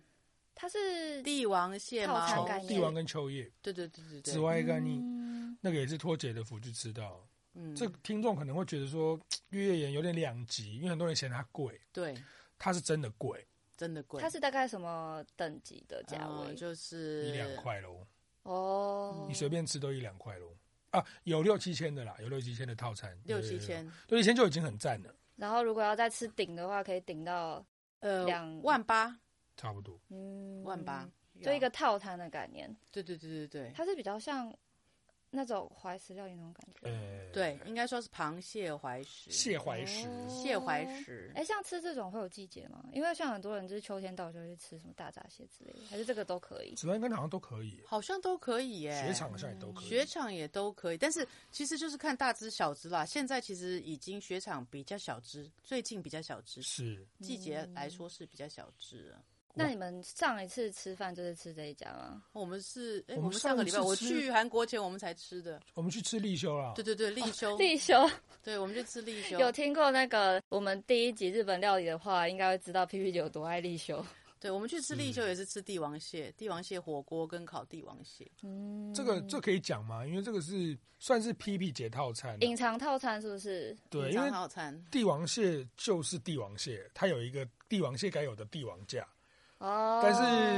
Speaker 2: 它是
Speaker 1: 帝王蟹
Speaker 2: 套餐
Speaker 1: 毛
Speaker 2: 好，概念
Speaker 3: 帝王跟秋叶，
Speaker 1: 对对对对
Speaker 3: 紫
Speaker 1: 对，
Speaker 3: 外一干你
Speaker 2: 嗯
Speaker 3: 那个也是托姐的福去吃到。
Speaker 1: 嗯，
Speaker 3: 这听众可能会觉得说月夜盐有点两极，因为很多人嫌它贵，
Speaker 1: 对
Speaker 3: 它是真的贵，
Speaker 1: 真的贵，
Speaker 2: 它是大概什么等级的价
Speaker 1: 呃
Speaker 2: 位？
Speaker 1: 就是
Speaker 3: 一两块喽，
Speaker 2: 哦，
Speaker 3: 你随便吃都一两块喽。啊，有六七千的啦，有六七千的套餐，
Speaker 1: 六七
Speaker 3: 对，
Speaker 1: 千，
Speaker 3: 六七千就已经很赞了，
Speaker 2: 然后如果要再吃顶的话，可以顶到
Speaker 1: 呃，
Speaker 2: 两
Speaker 1: 万八，
Speaker 3: 差不多。
Speaker 2: 嗯
Speaker 1: 万八，
Speaker 2: 就一个套餐的概念。
Speaker 1: 对对对对对，
Speaker 2: 它是比较像那种怀石料理那种感觉。
Speaker 3: 呃，
Speaker 1: 对，应该说是螃蟹怀石，
Speaker 3: 蟹怀石，
Speaker 2: 哦
Speaker 1: 蟹怀石。
Speaker 2: 哎，像吃这种会有季节吗？因为像很多人就是秋天到就会去吃什么大闸蟹之类的，还是这个都可以。
Speaker 3: 紫湾跟好像都可以，
Speaker 1: 好像都可以耶、
Speaker 3: 雪场好像也都可以。
Speaker 1: 雪场也都可以，但是其实就是看大只小只啦。现在其实已经雪场比较小只，最近比较小只，
Speaker 3: 是
Speaker 1: 季节来说是比较小只了。
Speaker 2: 那你们上一次吃饭就是吃这一家吗？
Speaker 1: 我们是，哎、
Speaker 3: 我们
Speaker 1: 我们上个礼拜
Speaker 3: 上
Speaker 1: 我
Speaker 3: 一次吃
Speaker 1: 去韩国前我们才吃的，
Speaker 3: 我们去吃立休啦，
Speaker 1: 对对对，立休，
Speaker 2: 哦立休
Speaker 1: 对，我们就吃立休。
Speaker 2: 有听过那个我们第一集日本料理的话，应该会知道 P P 姐有多爱立休。
Speaker 1: 对，我们去吃立
Speaker 3: 嗯
Speaker 1: 休也是吃帝王蟹，帝王蟹火锅跟烤帝王蟹。
Speaker 2: 嗯，
Speaker 3: 这个这可以讲吗？因为这个是算是 PP 节套餐啊，
Speaker 2: 隐藏套餐是不是？
Speaker 3: 对，
Speaker 1: 隐
Speaker 3: 因
Speaker 1: 藏
Speaker 3: 为
Speaker 1: 好餐。
Speaker 3: 帝王蟹就是帝王蟹，它有一个帝王蟹该有的帝王价。
Speaker 2: 哦，
Speaker 3: 但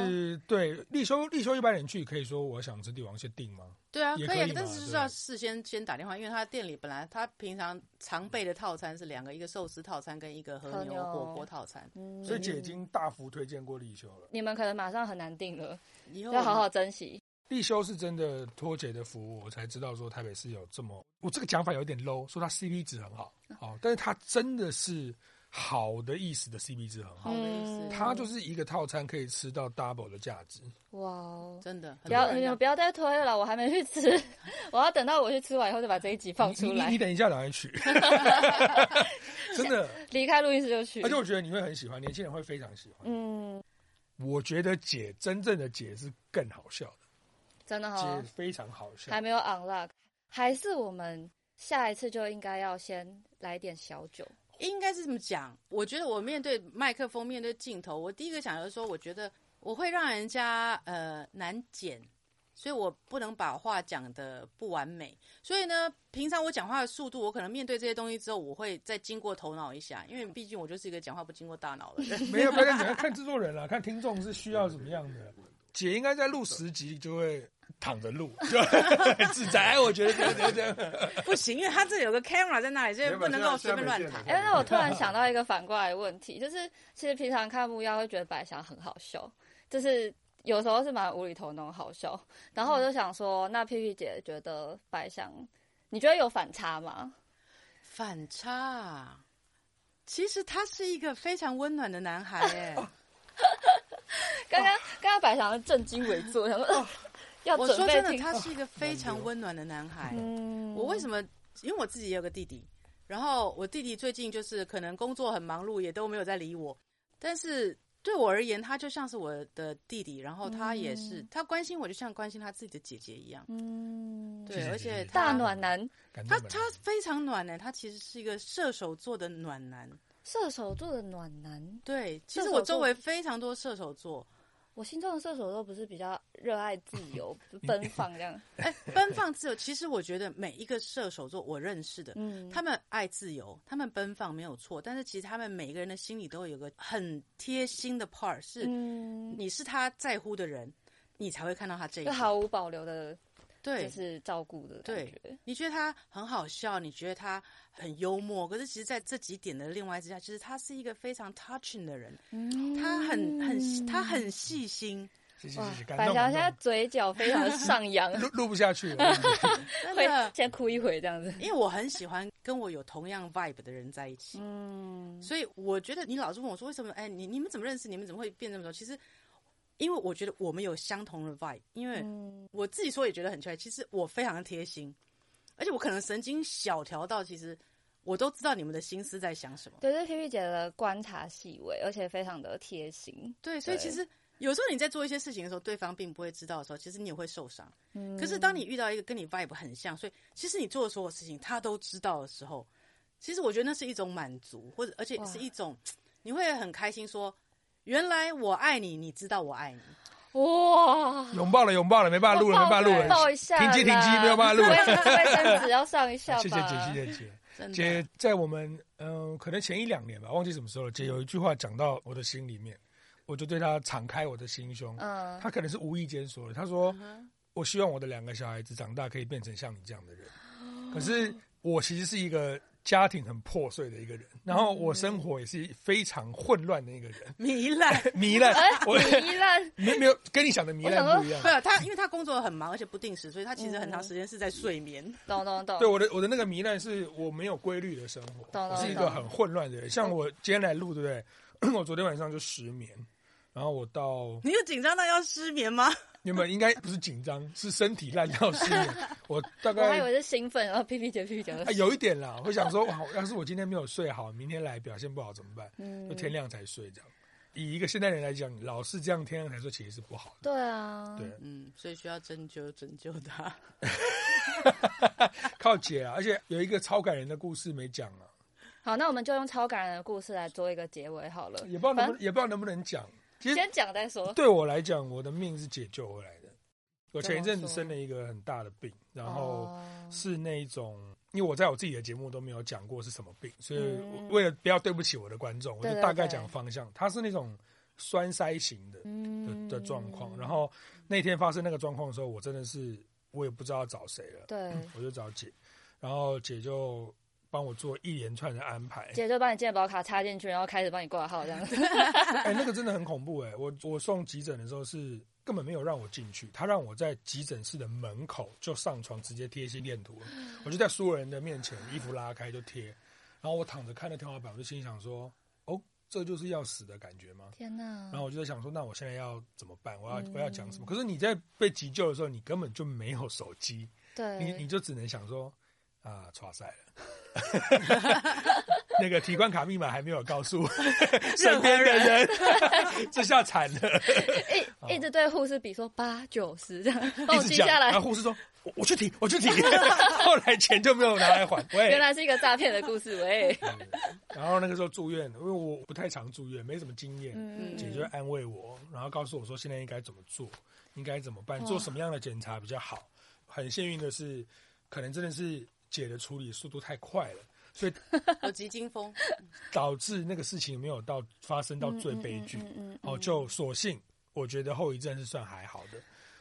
Speaker 3: 是对立休立休一般人去可以说我想吃帝王蟹订吗？
Speaker 1: 对啊，
Speaker 3: 也
Speaker 1: 可以
Speaker 3: 可
Speaker 1: 啊
Speaker 3: 以，嘛
Speaker 1: 但是就是
Speaker 3: 对
Speaker 1: 要事先先打电话，因为他店里本来他平常常备的套餐是两个，一个寿司套餐跟一个和
Speaker 2: 和
Speaker 1: 牛
Speaker 2: 牛
Speaker 1: 火锅套餐。
Speaker 2: 嗯
Speaker 3: 所以姐已经大幅推荐过立休了。
Speaker 2: 你们可能马上很难定了，
Speaker 1: 以后
Speaker 2: 要好好珍惜。
Speaker 3: 立休是真的托姐的服务，我才知道说台北市有这么，我这个讲法有点 low，说它 CP 值很好，
Speaker 2: 嗯
Speaker 3: 好、但是它真的是好的意思的 CP 值很好，
Speaker 1: 好的意思，
Speaker 2: 嗯
Speaker 3: 它就是一个套餐可以吃到 double 的价值。
Speaker 2: 哇哦！
Speaker 1: 真的很
Speaker 2: 不
Speaker 3: 啊
Speaker 2: 要，
Speaker 1: 多人
Speaker 2: 你
Speaker 1: 要
Speaker 2: 们不要再推了，我还没去吃， 我要等到我去吃完以后就把这一集放
Speaker 3: 你
Speaker 2: 出
Speaker 3: 你
Speaker 2: 来
Speaker 3: 你，等一下，赶 快去，真的，
Speaker 2: 离开录音室就去
Speaker 3: 而。且我觉得你会很喜欢，年轻人会非常喜欢。
Speaker 2: 嗯，
Speaker 3: 我觉得姐真正的姐是更好笑的，
Speaker 2: 真的哈、
Speaker 3: 姐非常好笑
Speaker 2: 还。没有 unlock，还是我们下一次就应该要先来点小酒。
Speaker 1: 应该是这么讲。我觉得我面对麦克风、面对镜头，我第一个想的是说，我觉得我会让人家呃难剪，所以我不能把话讲的不完美。所以呢，平常我讲话的速度，我可能面对这些东西之后，我会再经过头脑一下，因为毕竟我就是一个讲话不经过大脑的 人。
Speaker 3: 没有，没有，你要看制作人啦，看听众是需要怎么样的。姐应该在录十集就会躺着 录，就很自在。哎我觉得对对对，
Speaker 1: 不行，因为他这里有个 camera 在那里，所以不能够随便乱谈。
Speaker 2: 哎、那我突然想到一个反过来的问题，就是其实平常看木曜会觉得白翔很好笑，就是有时候是蛮无厘头那种好笑。然后我就想说，那屁屁姐觉得白翔，你觉得有反差吗？
Speaker 1: 反差啊，其实他是一个非常温暖的男孩哎。
Speaker 2: 刚刚刚刚白翔正襟危坐，想说、呃 要
Speaker 1: 我
Speaker 2: 准
Speaker 1: 说
Speaker 2: 备
Speaker 1: 真的，
Speaker 2: 听
Speaker 1: 他是一个非常温暖的男孩。
Speaker 2: 嗯
Speaker 1: 我为什么？因为我自己也有个弟弟，然后我弟弟最近就是可能工作很忙碌，也都没有在理我。但是对我而言，他就像是我的弟弟，然后他也是，他关心我就像关心他自己的姐姐一样。
Speaker 2: 嗯，
Speaker 1: 对，而且他
Speaker 2: 大暖男，
Speaker 3: 感觉
Speaker 1: 他
Speaker 3: 蛮
Speaker 1: 他非常暖欸男，他其实是一个射手座的暖男。
Speaker 2: 射手座的暖男，
Speaker 1: 对，其实
Speaker 2: 射手
Speaker 1: 我
Speaker 2: 座
Speaker 1: 周围非常多射手座，
Speaker 2: 我心中的射手座不是比较热爱自 由、奔放这样？
Speaker 1: 哎，奔放自由。其实我觉得每一个射手座我认识的，
Speaker 2: 嗯，
Speaker 1: 他们爱自由，他们奔放没有错，但是其实他们每一个人的心里都有个很贴心的 part，是
Speaker 2: 嗯，
Speaker 1: 你是他在乎的人，你才会看到他这一
Speaker 2: 就
Speaker 1: 面
Speaker 2: 毫无保留的，
Speaker 1: 对。
Speaker 2: 就是照顾的感觉。
Speaker 1: 你觉得他很好笑，你觉得他很幽默，可是其实在这几点的另外之下，其实他是一个非常 touching 的人，
Speaker 2: 嗯
Speaker 1: 他很很他很细心，
Speaker 3: 谢谢
Speaker 2: 哇
Speaker 3: 谢谢，，感
Speaker 2: 白
Speaker 3: 动
Speaker 2: 翔
Speaker 3: 感
Speaker 2: 现在
Speaker 3: 动
Speaker 2: 嘴角非常的上扬，
Speaker 3: 录录不下去了。
Speaker 1: 真
Speaker 2: 会
Speaker 1: 的，
Speaker 2: 先哭一回这样子。
Speaker 1: 因为我很喜欢跟我有同样 vibe 的人在一起，
Speaker 2: 嗯，
Speaker 1: 所以我觉得你老是问我说为什么？哎，你你们怎么认识？你们怎么会变这么熟？其实，因为我觉得我们有相同的 vibe，因为
Speaker 2: 嗯
Speaker 1: 我自己说也觉得很奇怪。其实我非常的贴心，而且我可能神经小条到，其实我都知道你们的心思在想什么。
Speaker 2: 对，对，皮皮姐的观察细微，而且非常的贴心。
Speaker 1: 对，所以其实有时候你在做一些事情的时候，对方并不会知道的时候，其实你也会受伤。
Speaker 2: 嗯
Speaker 1: 可是当你遇到一个跟你 vibe 很像，所以其实你做的所有事情他都知道的时候，其实我觉得那是一种满足，或者而且
Speaker 2: 哇
Speaker 1: 是一种你会很开心说。原来我爱你，你知道我爱你。
Speaker 2: 哇，
Speaker 3: 拥抱了，拥抱了，没办法录了，没办法录
Speaker 2: 抱
Speaker 3: 了。
Speaker 2: 一下啦，
Speaker 3: 停机停机没有办法录了
Speaker 2: 卫卫生纸要上一下吧。嗯
Speaker 3: 谢谢姐，谢谢姐。
Speaker 1: 真的
Speaker 3: 姐在我们嗯、呃可能前一两年吧，忘记什么时候了。姐有一句话讲到我的心里面，我就对她敞开我的心胸。
Speaker 2: 嗯，
Speaker 3: 她可能是无意间说的，她说：“我
Speaker 2: 哦
Speaker 3: 希望我的两个小孩子长大可以变成像你这样的人。”可是我其实是一个家庭很破碎的一个人，然后我生活也是非常混乱的一个人，
Speaker 1: 糜烂。
Speaker 3: 糜烂
Speaker 2: 哎，，
Speaker 3: 我
Speaker 2: 糜烂，
Speaker 3: 没没有跟你想的糜
Speaker 2: 我想
Speaker 3: 烂
Speaker 2: 说
Speaker 3: 不一样
Speaker 1: 没。有啊他，因为他工作很忙，而且不定时，所以他其实很长时间是在睡眠。
Speaker 2: 懂懂懂
Speaker 3: 对，我的我的那个糜烂是我没有规律的生活，
Speaker 2: 懂
Speaker 3: 我
Speaker 2: 懂
Speaker 3: 是一个很混乱的人。像我今天来录，对不对？我 昨天晚上就失眠，然后我到
Speaker 1: 你有紧张到要失眠吗？
Speaker 3: 原本应该不是紧张，是身体烂到失眠。 我
Speaker 2: 我还
Speaker 3: 大概
Speaker 2: 以为是兴奋，然后屁屁姐屁屁姐，
Speaker 3: 啊有一点啦， 我想说，哇，要是我今天没有睡好，明天来表现不好怎么办？就
Speaker 2: 嗯，
Speaker 3: 天亮才睡这样。以一个现代人来讲，老是这样天亮才睡其实是不好的。
Speaker 2: 对啊，
Speaker 3: 对，
Speaker 1: 嗯，所以需要针灸针灸他。
Speaker 3: 靠姐啊，而且有一个超感人的故事没讲啊，
Speaker 2: 好，那我们就用超感人的故事来做一个结尾好了，
Speaker 3: 也不知道
Speaker 2: 反
Speaker 3: 能
Speaker 2: 正
Speaker 3: 不能也不知道能不能讲。其实
Speaker 2: 先讲再说，
Speaker 3: 对我来讲，我的命是解救回来的。我
Speaker 2: 怎么
Speaker 3: 前一阵子
Speaker 2: 说
Speaker 3: 生了一个很大的病，然后
Speaker 2: 哦
Speaker 3: 是那一种，因为我在我自己的节目都没有讲过是什么病，所以
Speaker 2: 嗯
Speaker 3: 为了不要对不起我的观众，我
Speaker 2: 对
Speaker 3: 就
Speaker 2: 对
Speaker 3: 大概
Speaker 2: 对
Speaker 3: 讲方向。它是那种栓塞型的
Speaker 2: 嗯
Speaker 3: 的的状况。然后那天发生那个状况的时候，我真的是我也不知道找谁了，
Speaker 2: 对，
Speaker 3: 我就找姐，然后姐就帮我做一连串的安排。
Speaker 2: 姐就把你健保卡插进去，然后开始帮你挂号这 样子，
Speaker 3: 哎、那个真的很恐怖哎、我我送急诊的时候是根本没有让我进去，他让我在急诊室的门口就上床直接贴心电图了，
Speaker 2: 嗯
Speaker 3: 我就在所有人的面前衣服拉开就贴，然后我躺着看着天花板，我就心想说，哦，这就是要死的感觉吗？
Speaker 2: 天哪
Speaker 3: 然后我就在想说，那我现在要怎么办？我要
Speaker 2: 嗯
Speaker 3: 我要讲什么？可是你在被急救的时候，你根本就没有手机，
Speaker 2: 对，
Speaker 3: 你你就只能想说啊，抓塞了。 那个提款卡密码还没有告诉身边的人，这下 惨了。啊
Speaker 2: 一一直对护士比说八九十这 样，帮
Speaker 3: 一
Speaker 2: 我
Speaker 3: 直
Speaker 2: 记
Speaker 3: 讲，
Speaker 2: 下来
Speaker 3: 然后，护士说：“我我去提，我去 提。” 后来钱就没有拿来还。喂，
Speaker 2: 原来是一个诈骗的故事 喂，
Speaker 3: 然后那个时候住院，因为我不太常住院，没什么经验，
Speaker 2: 嗯
Speaker 3: 姐就安慰我，然后告诉我说现在应该怎么做，应该怎么办，
Speaker 2: 哇
Speaker 3: 做什么样的检查比较好。很幸运的是，可能真的是姐的处理速度太快了，所以
Speaker 1: 有急惊风，
Speaker 3: 导致那个事情没有到发生到最悲剧。
Speaker 2: 嗯嗯嗯嗯嗯
Speaker 3: 哦，就所幸我觉得后遗症是算还好的，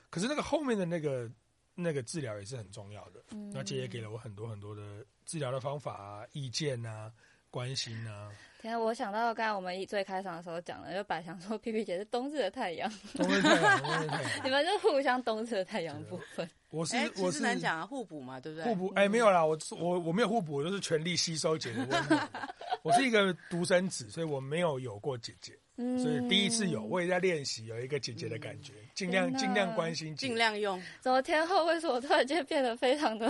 Speaker 3: 可是那个后面的那个那个治疗也是很重要的。
Speaker 2: 嗯
Speaker 3: 那姐也给了我很多很多的治疗的方法啊、意见啊、关心 啊。
Speaker 2: 天啊，我想到刚才我们一最开场的时候讲的，就百祥说皮皮姐是冬日的太阳，
Speaker 3: 冬日太阳，冬日太
Speaker 2: 你
Speaker 3: 阳，
Speaker 2: 们就互相冬日的太阳部分。
Speaker 3: 我是
Speaker 1: 哎，
Speaker 3: 我
Speaker 1: 其实
Speaker 3: 是
Speaker 1: 难讲啊，互补嘛，对不对？
Speaker 3: 互补，哎、
Speaker 2: 嗯
Speaker 3: 没有啦，我是我我没有互补，我就是全力吸收姐的温 暖。我是一个独生子，所以我没有有过姐姐，
Speaker 2: 嗯
Speaker 3: 所以第一次有，我也在练习有一个姐姐的感觉，尽量
Speaker 2: 天哪
Speaker 3: 尽量关心姐，
Speaker 1: 尽量用，
Speaker 2: 怎么天后为什么突然间变得非常的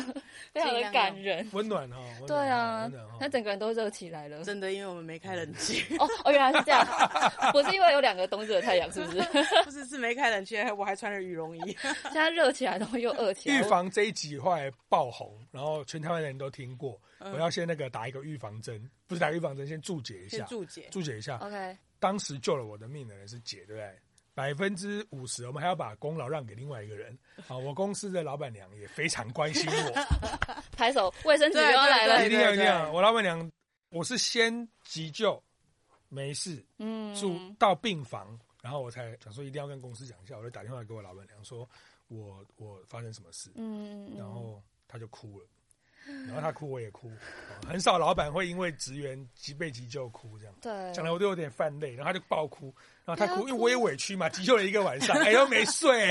Speaker 2: 非常的感人？
Speaker 3: 温暖哈。温暖
Speaker 2: 对啊
Speaker 3: 温暖哈，
Speaker 2: 那整个人都热起来了。
Speaker 1: 真的，因为我们没开冷气，
Speaker 3: 嗯
Speaker 2: 哦哦，原来是这样， 不是因为有两个冬日的太阳，是不是？
Speaker 1: 不是是没开冷气，还我还穿着羽绒衣。
Speaker 2: 现在热起来，然后又饿起来。
Speaker 3: 预防这一集后来爆红，然后全台湾人都听过。
Speaker 1: 嗯
Speaker 3: 我要先那个打一个预防针，不是打预防针，先注解一
Speaker 1: 先
Speaker 3: 下，
Speaker 1: 注解，
Speaker 3: 注解一下。
Speaker 2: OK，
Speaker 3: 当时救了我的命的人是姐，对不对？百分之五十，我们还要把功劳让给另外一个 人。啊，我公司的老板娘也非常关心我，
Speaker 2: 拍手，卫生纸又要来
Speaker 1: 对
Speaker 2: 了
Speaker 3: 一。定要
Speaker 1: 对
Speaker 3: 一定要。我老板娘，我是先急救，没事，
Speaker 2: 嗯，
Speaker 3: 住到病房，然后我才想说一定要跟公司讲一下，我就打电话给我老板娘说，我我发生什么事，
Speaker 2: 嗯，
Speaker 3: 然后他就哭了，然后他哭我也哭，哦很少老板会因为职员急被急救哭这样。
Speaker 2: 对，
Speaker 3: 讲的我都有点泛泪，然后他就爆哭，然后他
Speaker 2: 不要哎哭
Speaker 3: 哭，因为我也委屈嘛，急救了一个晚上，哎又没睡，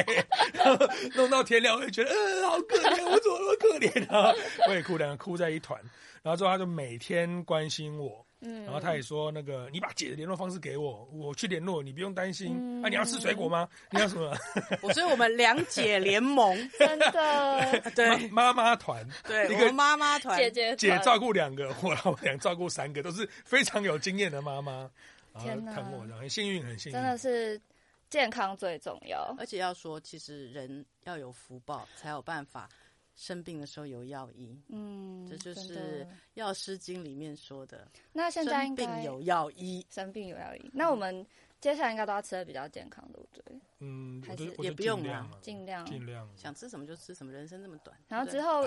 Speaker 3: 然后弄到天亮，我就觉得，呃，好可怜，我怎么那么可怜啊？ 我也哭，两个哭在一团，然后之后他就每天关心我，
Speaker 2: 嗯
Speaker 3: 然后他也说那个，你把姐的联络方式给我，我去联络，你不用担心。
Speaker 2: 嗯
Speaker 3: 啊，你要吃水果吗？你要什么？
Speaker 1: 我所以我们两姐联 盟，
Speaker 2: 真的
Speaker 1: 对
Speaker 3: 妈妈团，
Speaker 1: 对，
Speaker 3: 一
Speaker 1: 我
Speaker 3: 个
Speaker 1: 们妈妈团，
Speaker 2: 姐姐
Speaker 3: 姐
Speaker 2: 团
Speaker 3: 照顾两个，我老娘照顾三个，都是非常有经验的妈妈。然后
Speaker 2: 天哪
Speaker 3: 疼我，然后很幸运，很幸运，
Speaker 2: 真的是健康最重要。
Speaker 1: 而且要说，其实人要有福报，才有办法生病的时候有药医。
Speaker 2: 嗯，
Speaker 1: 这就
Speaker 2: 真的
Speaker 1: 是《药师经》里面说的“
Speaker 2: 那现在应
Speaker 1: 生
Speaker 2: 该
Speaker 1: 病有药医
Speaker 2: 生病有药医。那我们接下来应该都要吃的比较健康，对不对？
Speaker 3: 嗯，我
Speaker 2: 还
Speaker 3: 就是我就
Speaker 1: 也不用
Speaker 3: 尽量
Speaker 1: 啦
Speaker 3: 啊
Speaker 2: 尽量。
Speaker 3: 尽量”，
Speaker 1: 想吃什么就吃什么，人生这么短。
Speaker 2: 然后
Speaker 1: 对
Speaker 2: 之后，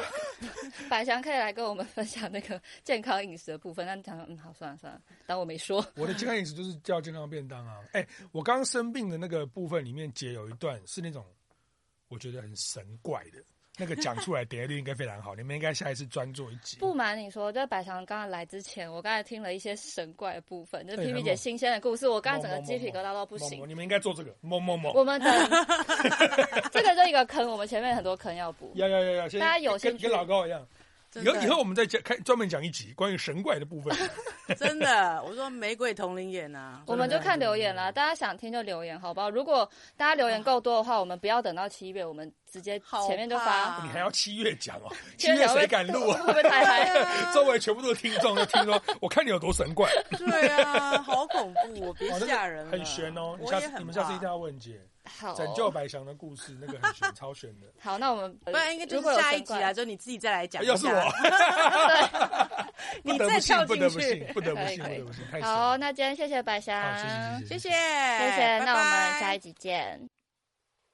Speaker 2: 百祥可以来跟我们分享那个健康饮食的部分。但讲嗯，好，算了算了，当我没说。
Speaker 3: 我的健康饮食就是叫健康便当啊。哎、我刚刚生病的那个部分里面，姐有一段是那种我觉得很神怪的，那个讲出来点阅率应该非常好，你们应该下一次专做一集。
Speaker 2: 不瞒你说，在百强刚刚来之前，我刚才听了一些神怪的部分，就是
Speaker 3: 对
Speaker 2: P
Speaker 3: 然
Speaker 2: P
Speaker 3: 后
Speaker 2: 姐新鲜的故事，我刚才
Speaker 3: 某
Speaker 2: 整个
Speaker 3: 某
Speaker 2: 鸡皮
Speaker 3: 某
Speaker 2: 疙瘩都不
Speaker 3: 某
Speaker 2: 行
Speaker 3: 某。你们应该做这个某某某
Speaker 2: 我， 们等这个就一个坑，我们前面很多坑要补。
Speaker 3: 要要要要，先
Speaker 2: 大家有
Speaker 3: 跟
Speaker 2: 兴趣
Speaker 3: 跟老高一样，
Speaker 1: 真
Speaker 3: 以后
Speaker 1: 的
Speaker 3: 以后我们再讲开专门讲一集关于神怪的部分。
Speaker 1: 真的，我说玫瑰同龄眼啊，
Speaker 2: 我们就看留言啦，大家想听就留言，好不好？如果大家留言够多的话，我们不要等到七月，我们直接
Speaker 1: 好
Speaker 2: 前面就
Speaker 1: 怕
Speaker 2: 发。
Speaker 1: 啊
Speaker 3: 你还要七月讲哦，七
Speaker 2: 前面
Speaker 3: 月
Speaker 2: 讲会
Speaker 3: 谁敢录
Speaker 2: 会不
Speaker 3: 啊？
Speaker 2: 会太嗨？
Speaker 3: 周围全部都是听众，就听说我看你有多神怪，
Speaker 1: 对啊，好恐怖，我别
Speaker 3: 哦那个
Speaker 1: 吓人了，啊
Speaker 3: 很悬哦。你
Speaker 1: 我
Speaker 3: 下
Speaker 1: 也
Speaker 3: 次
Speaker 1: 很
Speaker 3: 你们下次
Speaker 1: 怕
Speaker 3: 一定要问姐
Speaker 1: 哦
Speaker 2: 好，
Speaker 3: 拯救白翔的故事，那个很悬，超悬的。
Speaker 2: 好，那我们
Speaker 1: 不然应该就
Speaker 2: 如果
Speaker 1: 是
Speaker 2: 有
Speaker 1: 下一
Speaker 2: 神
Speaker 1: 集
Speaker 2: 怪
Speaker 1: 啊，就你自己再来讲一下。
Speaker 3: 哎要是 我，
Speaker 1: 你
Speaker 3: 不得
Speaker 1: 再
Speaker 3: 不信
Speaker 1: 跳，
Speaker 3: 不
Speaker 1: 进
Speaker 3: 得不信，
Speaker 1: 去，哎
Speaker 3: 不得不信，不
Speaker 2: 可以
Speaker 3: 得不信，太神
Speaker 2: 好，
Speaker 3: 了。
Speaker 2: 那今天谢谢白
Speaker 3: 好，
Speaker 2: 香，
Speaker 3: 谢谢，谢
Speaker 1: 谢
Speaker 3: 谢，
Speaker 1: 谢，谢
Speaker 2: 谢谢，那我们下一
Speaker 1: 集。
Speaker 2: 集见。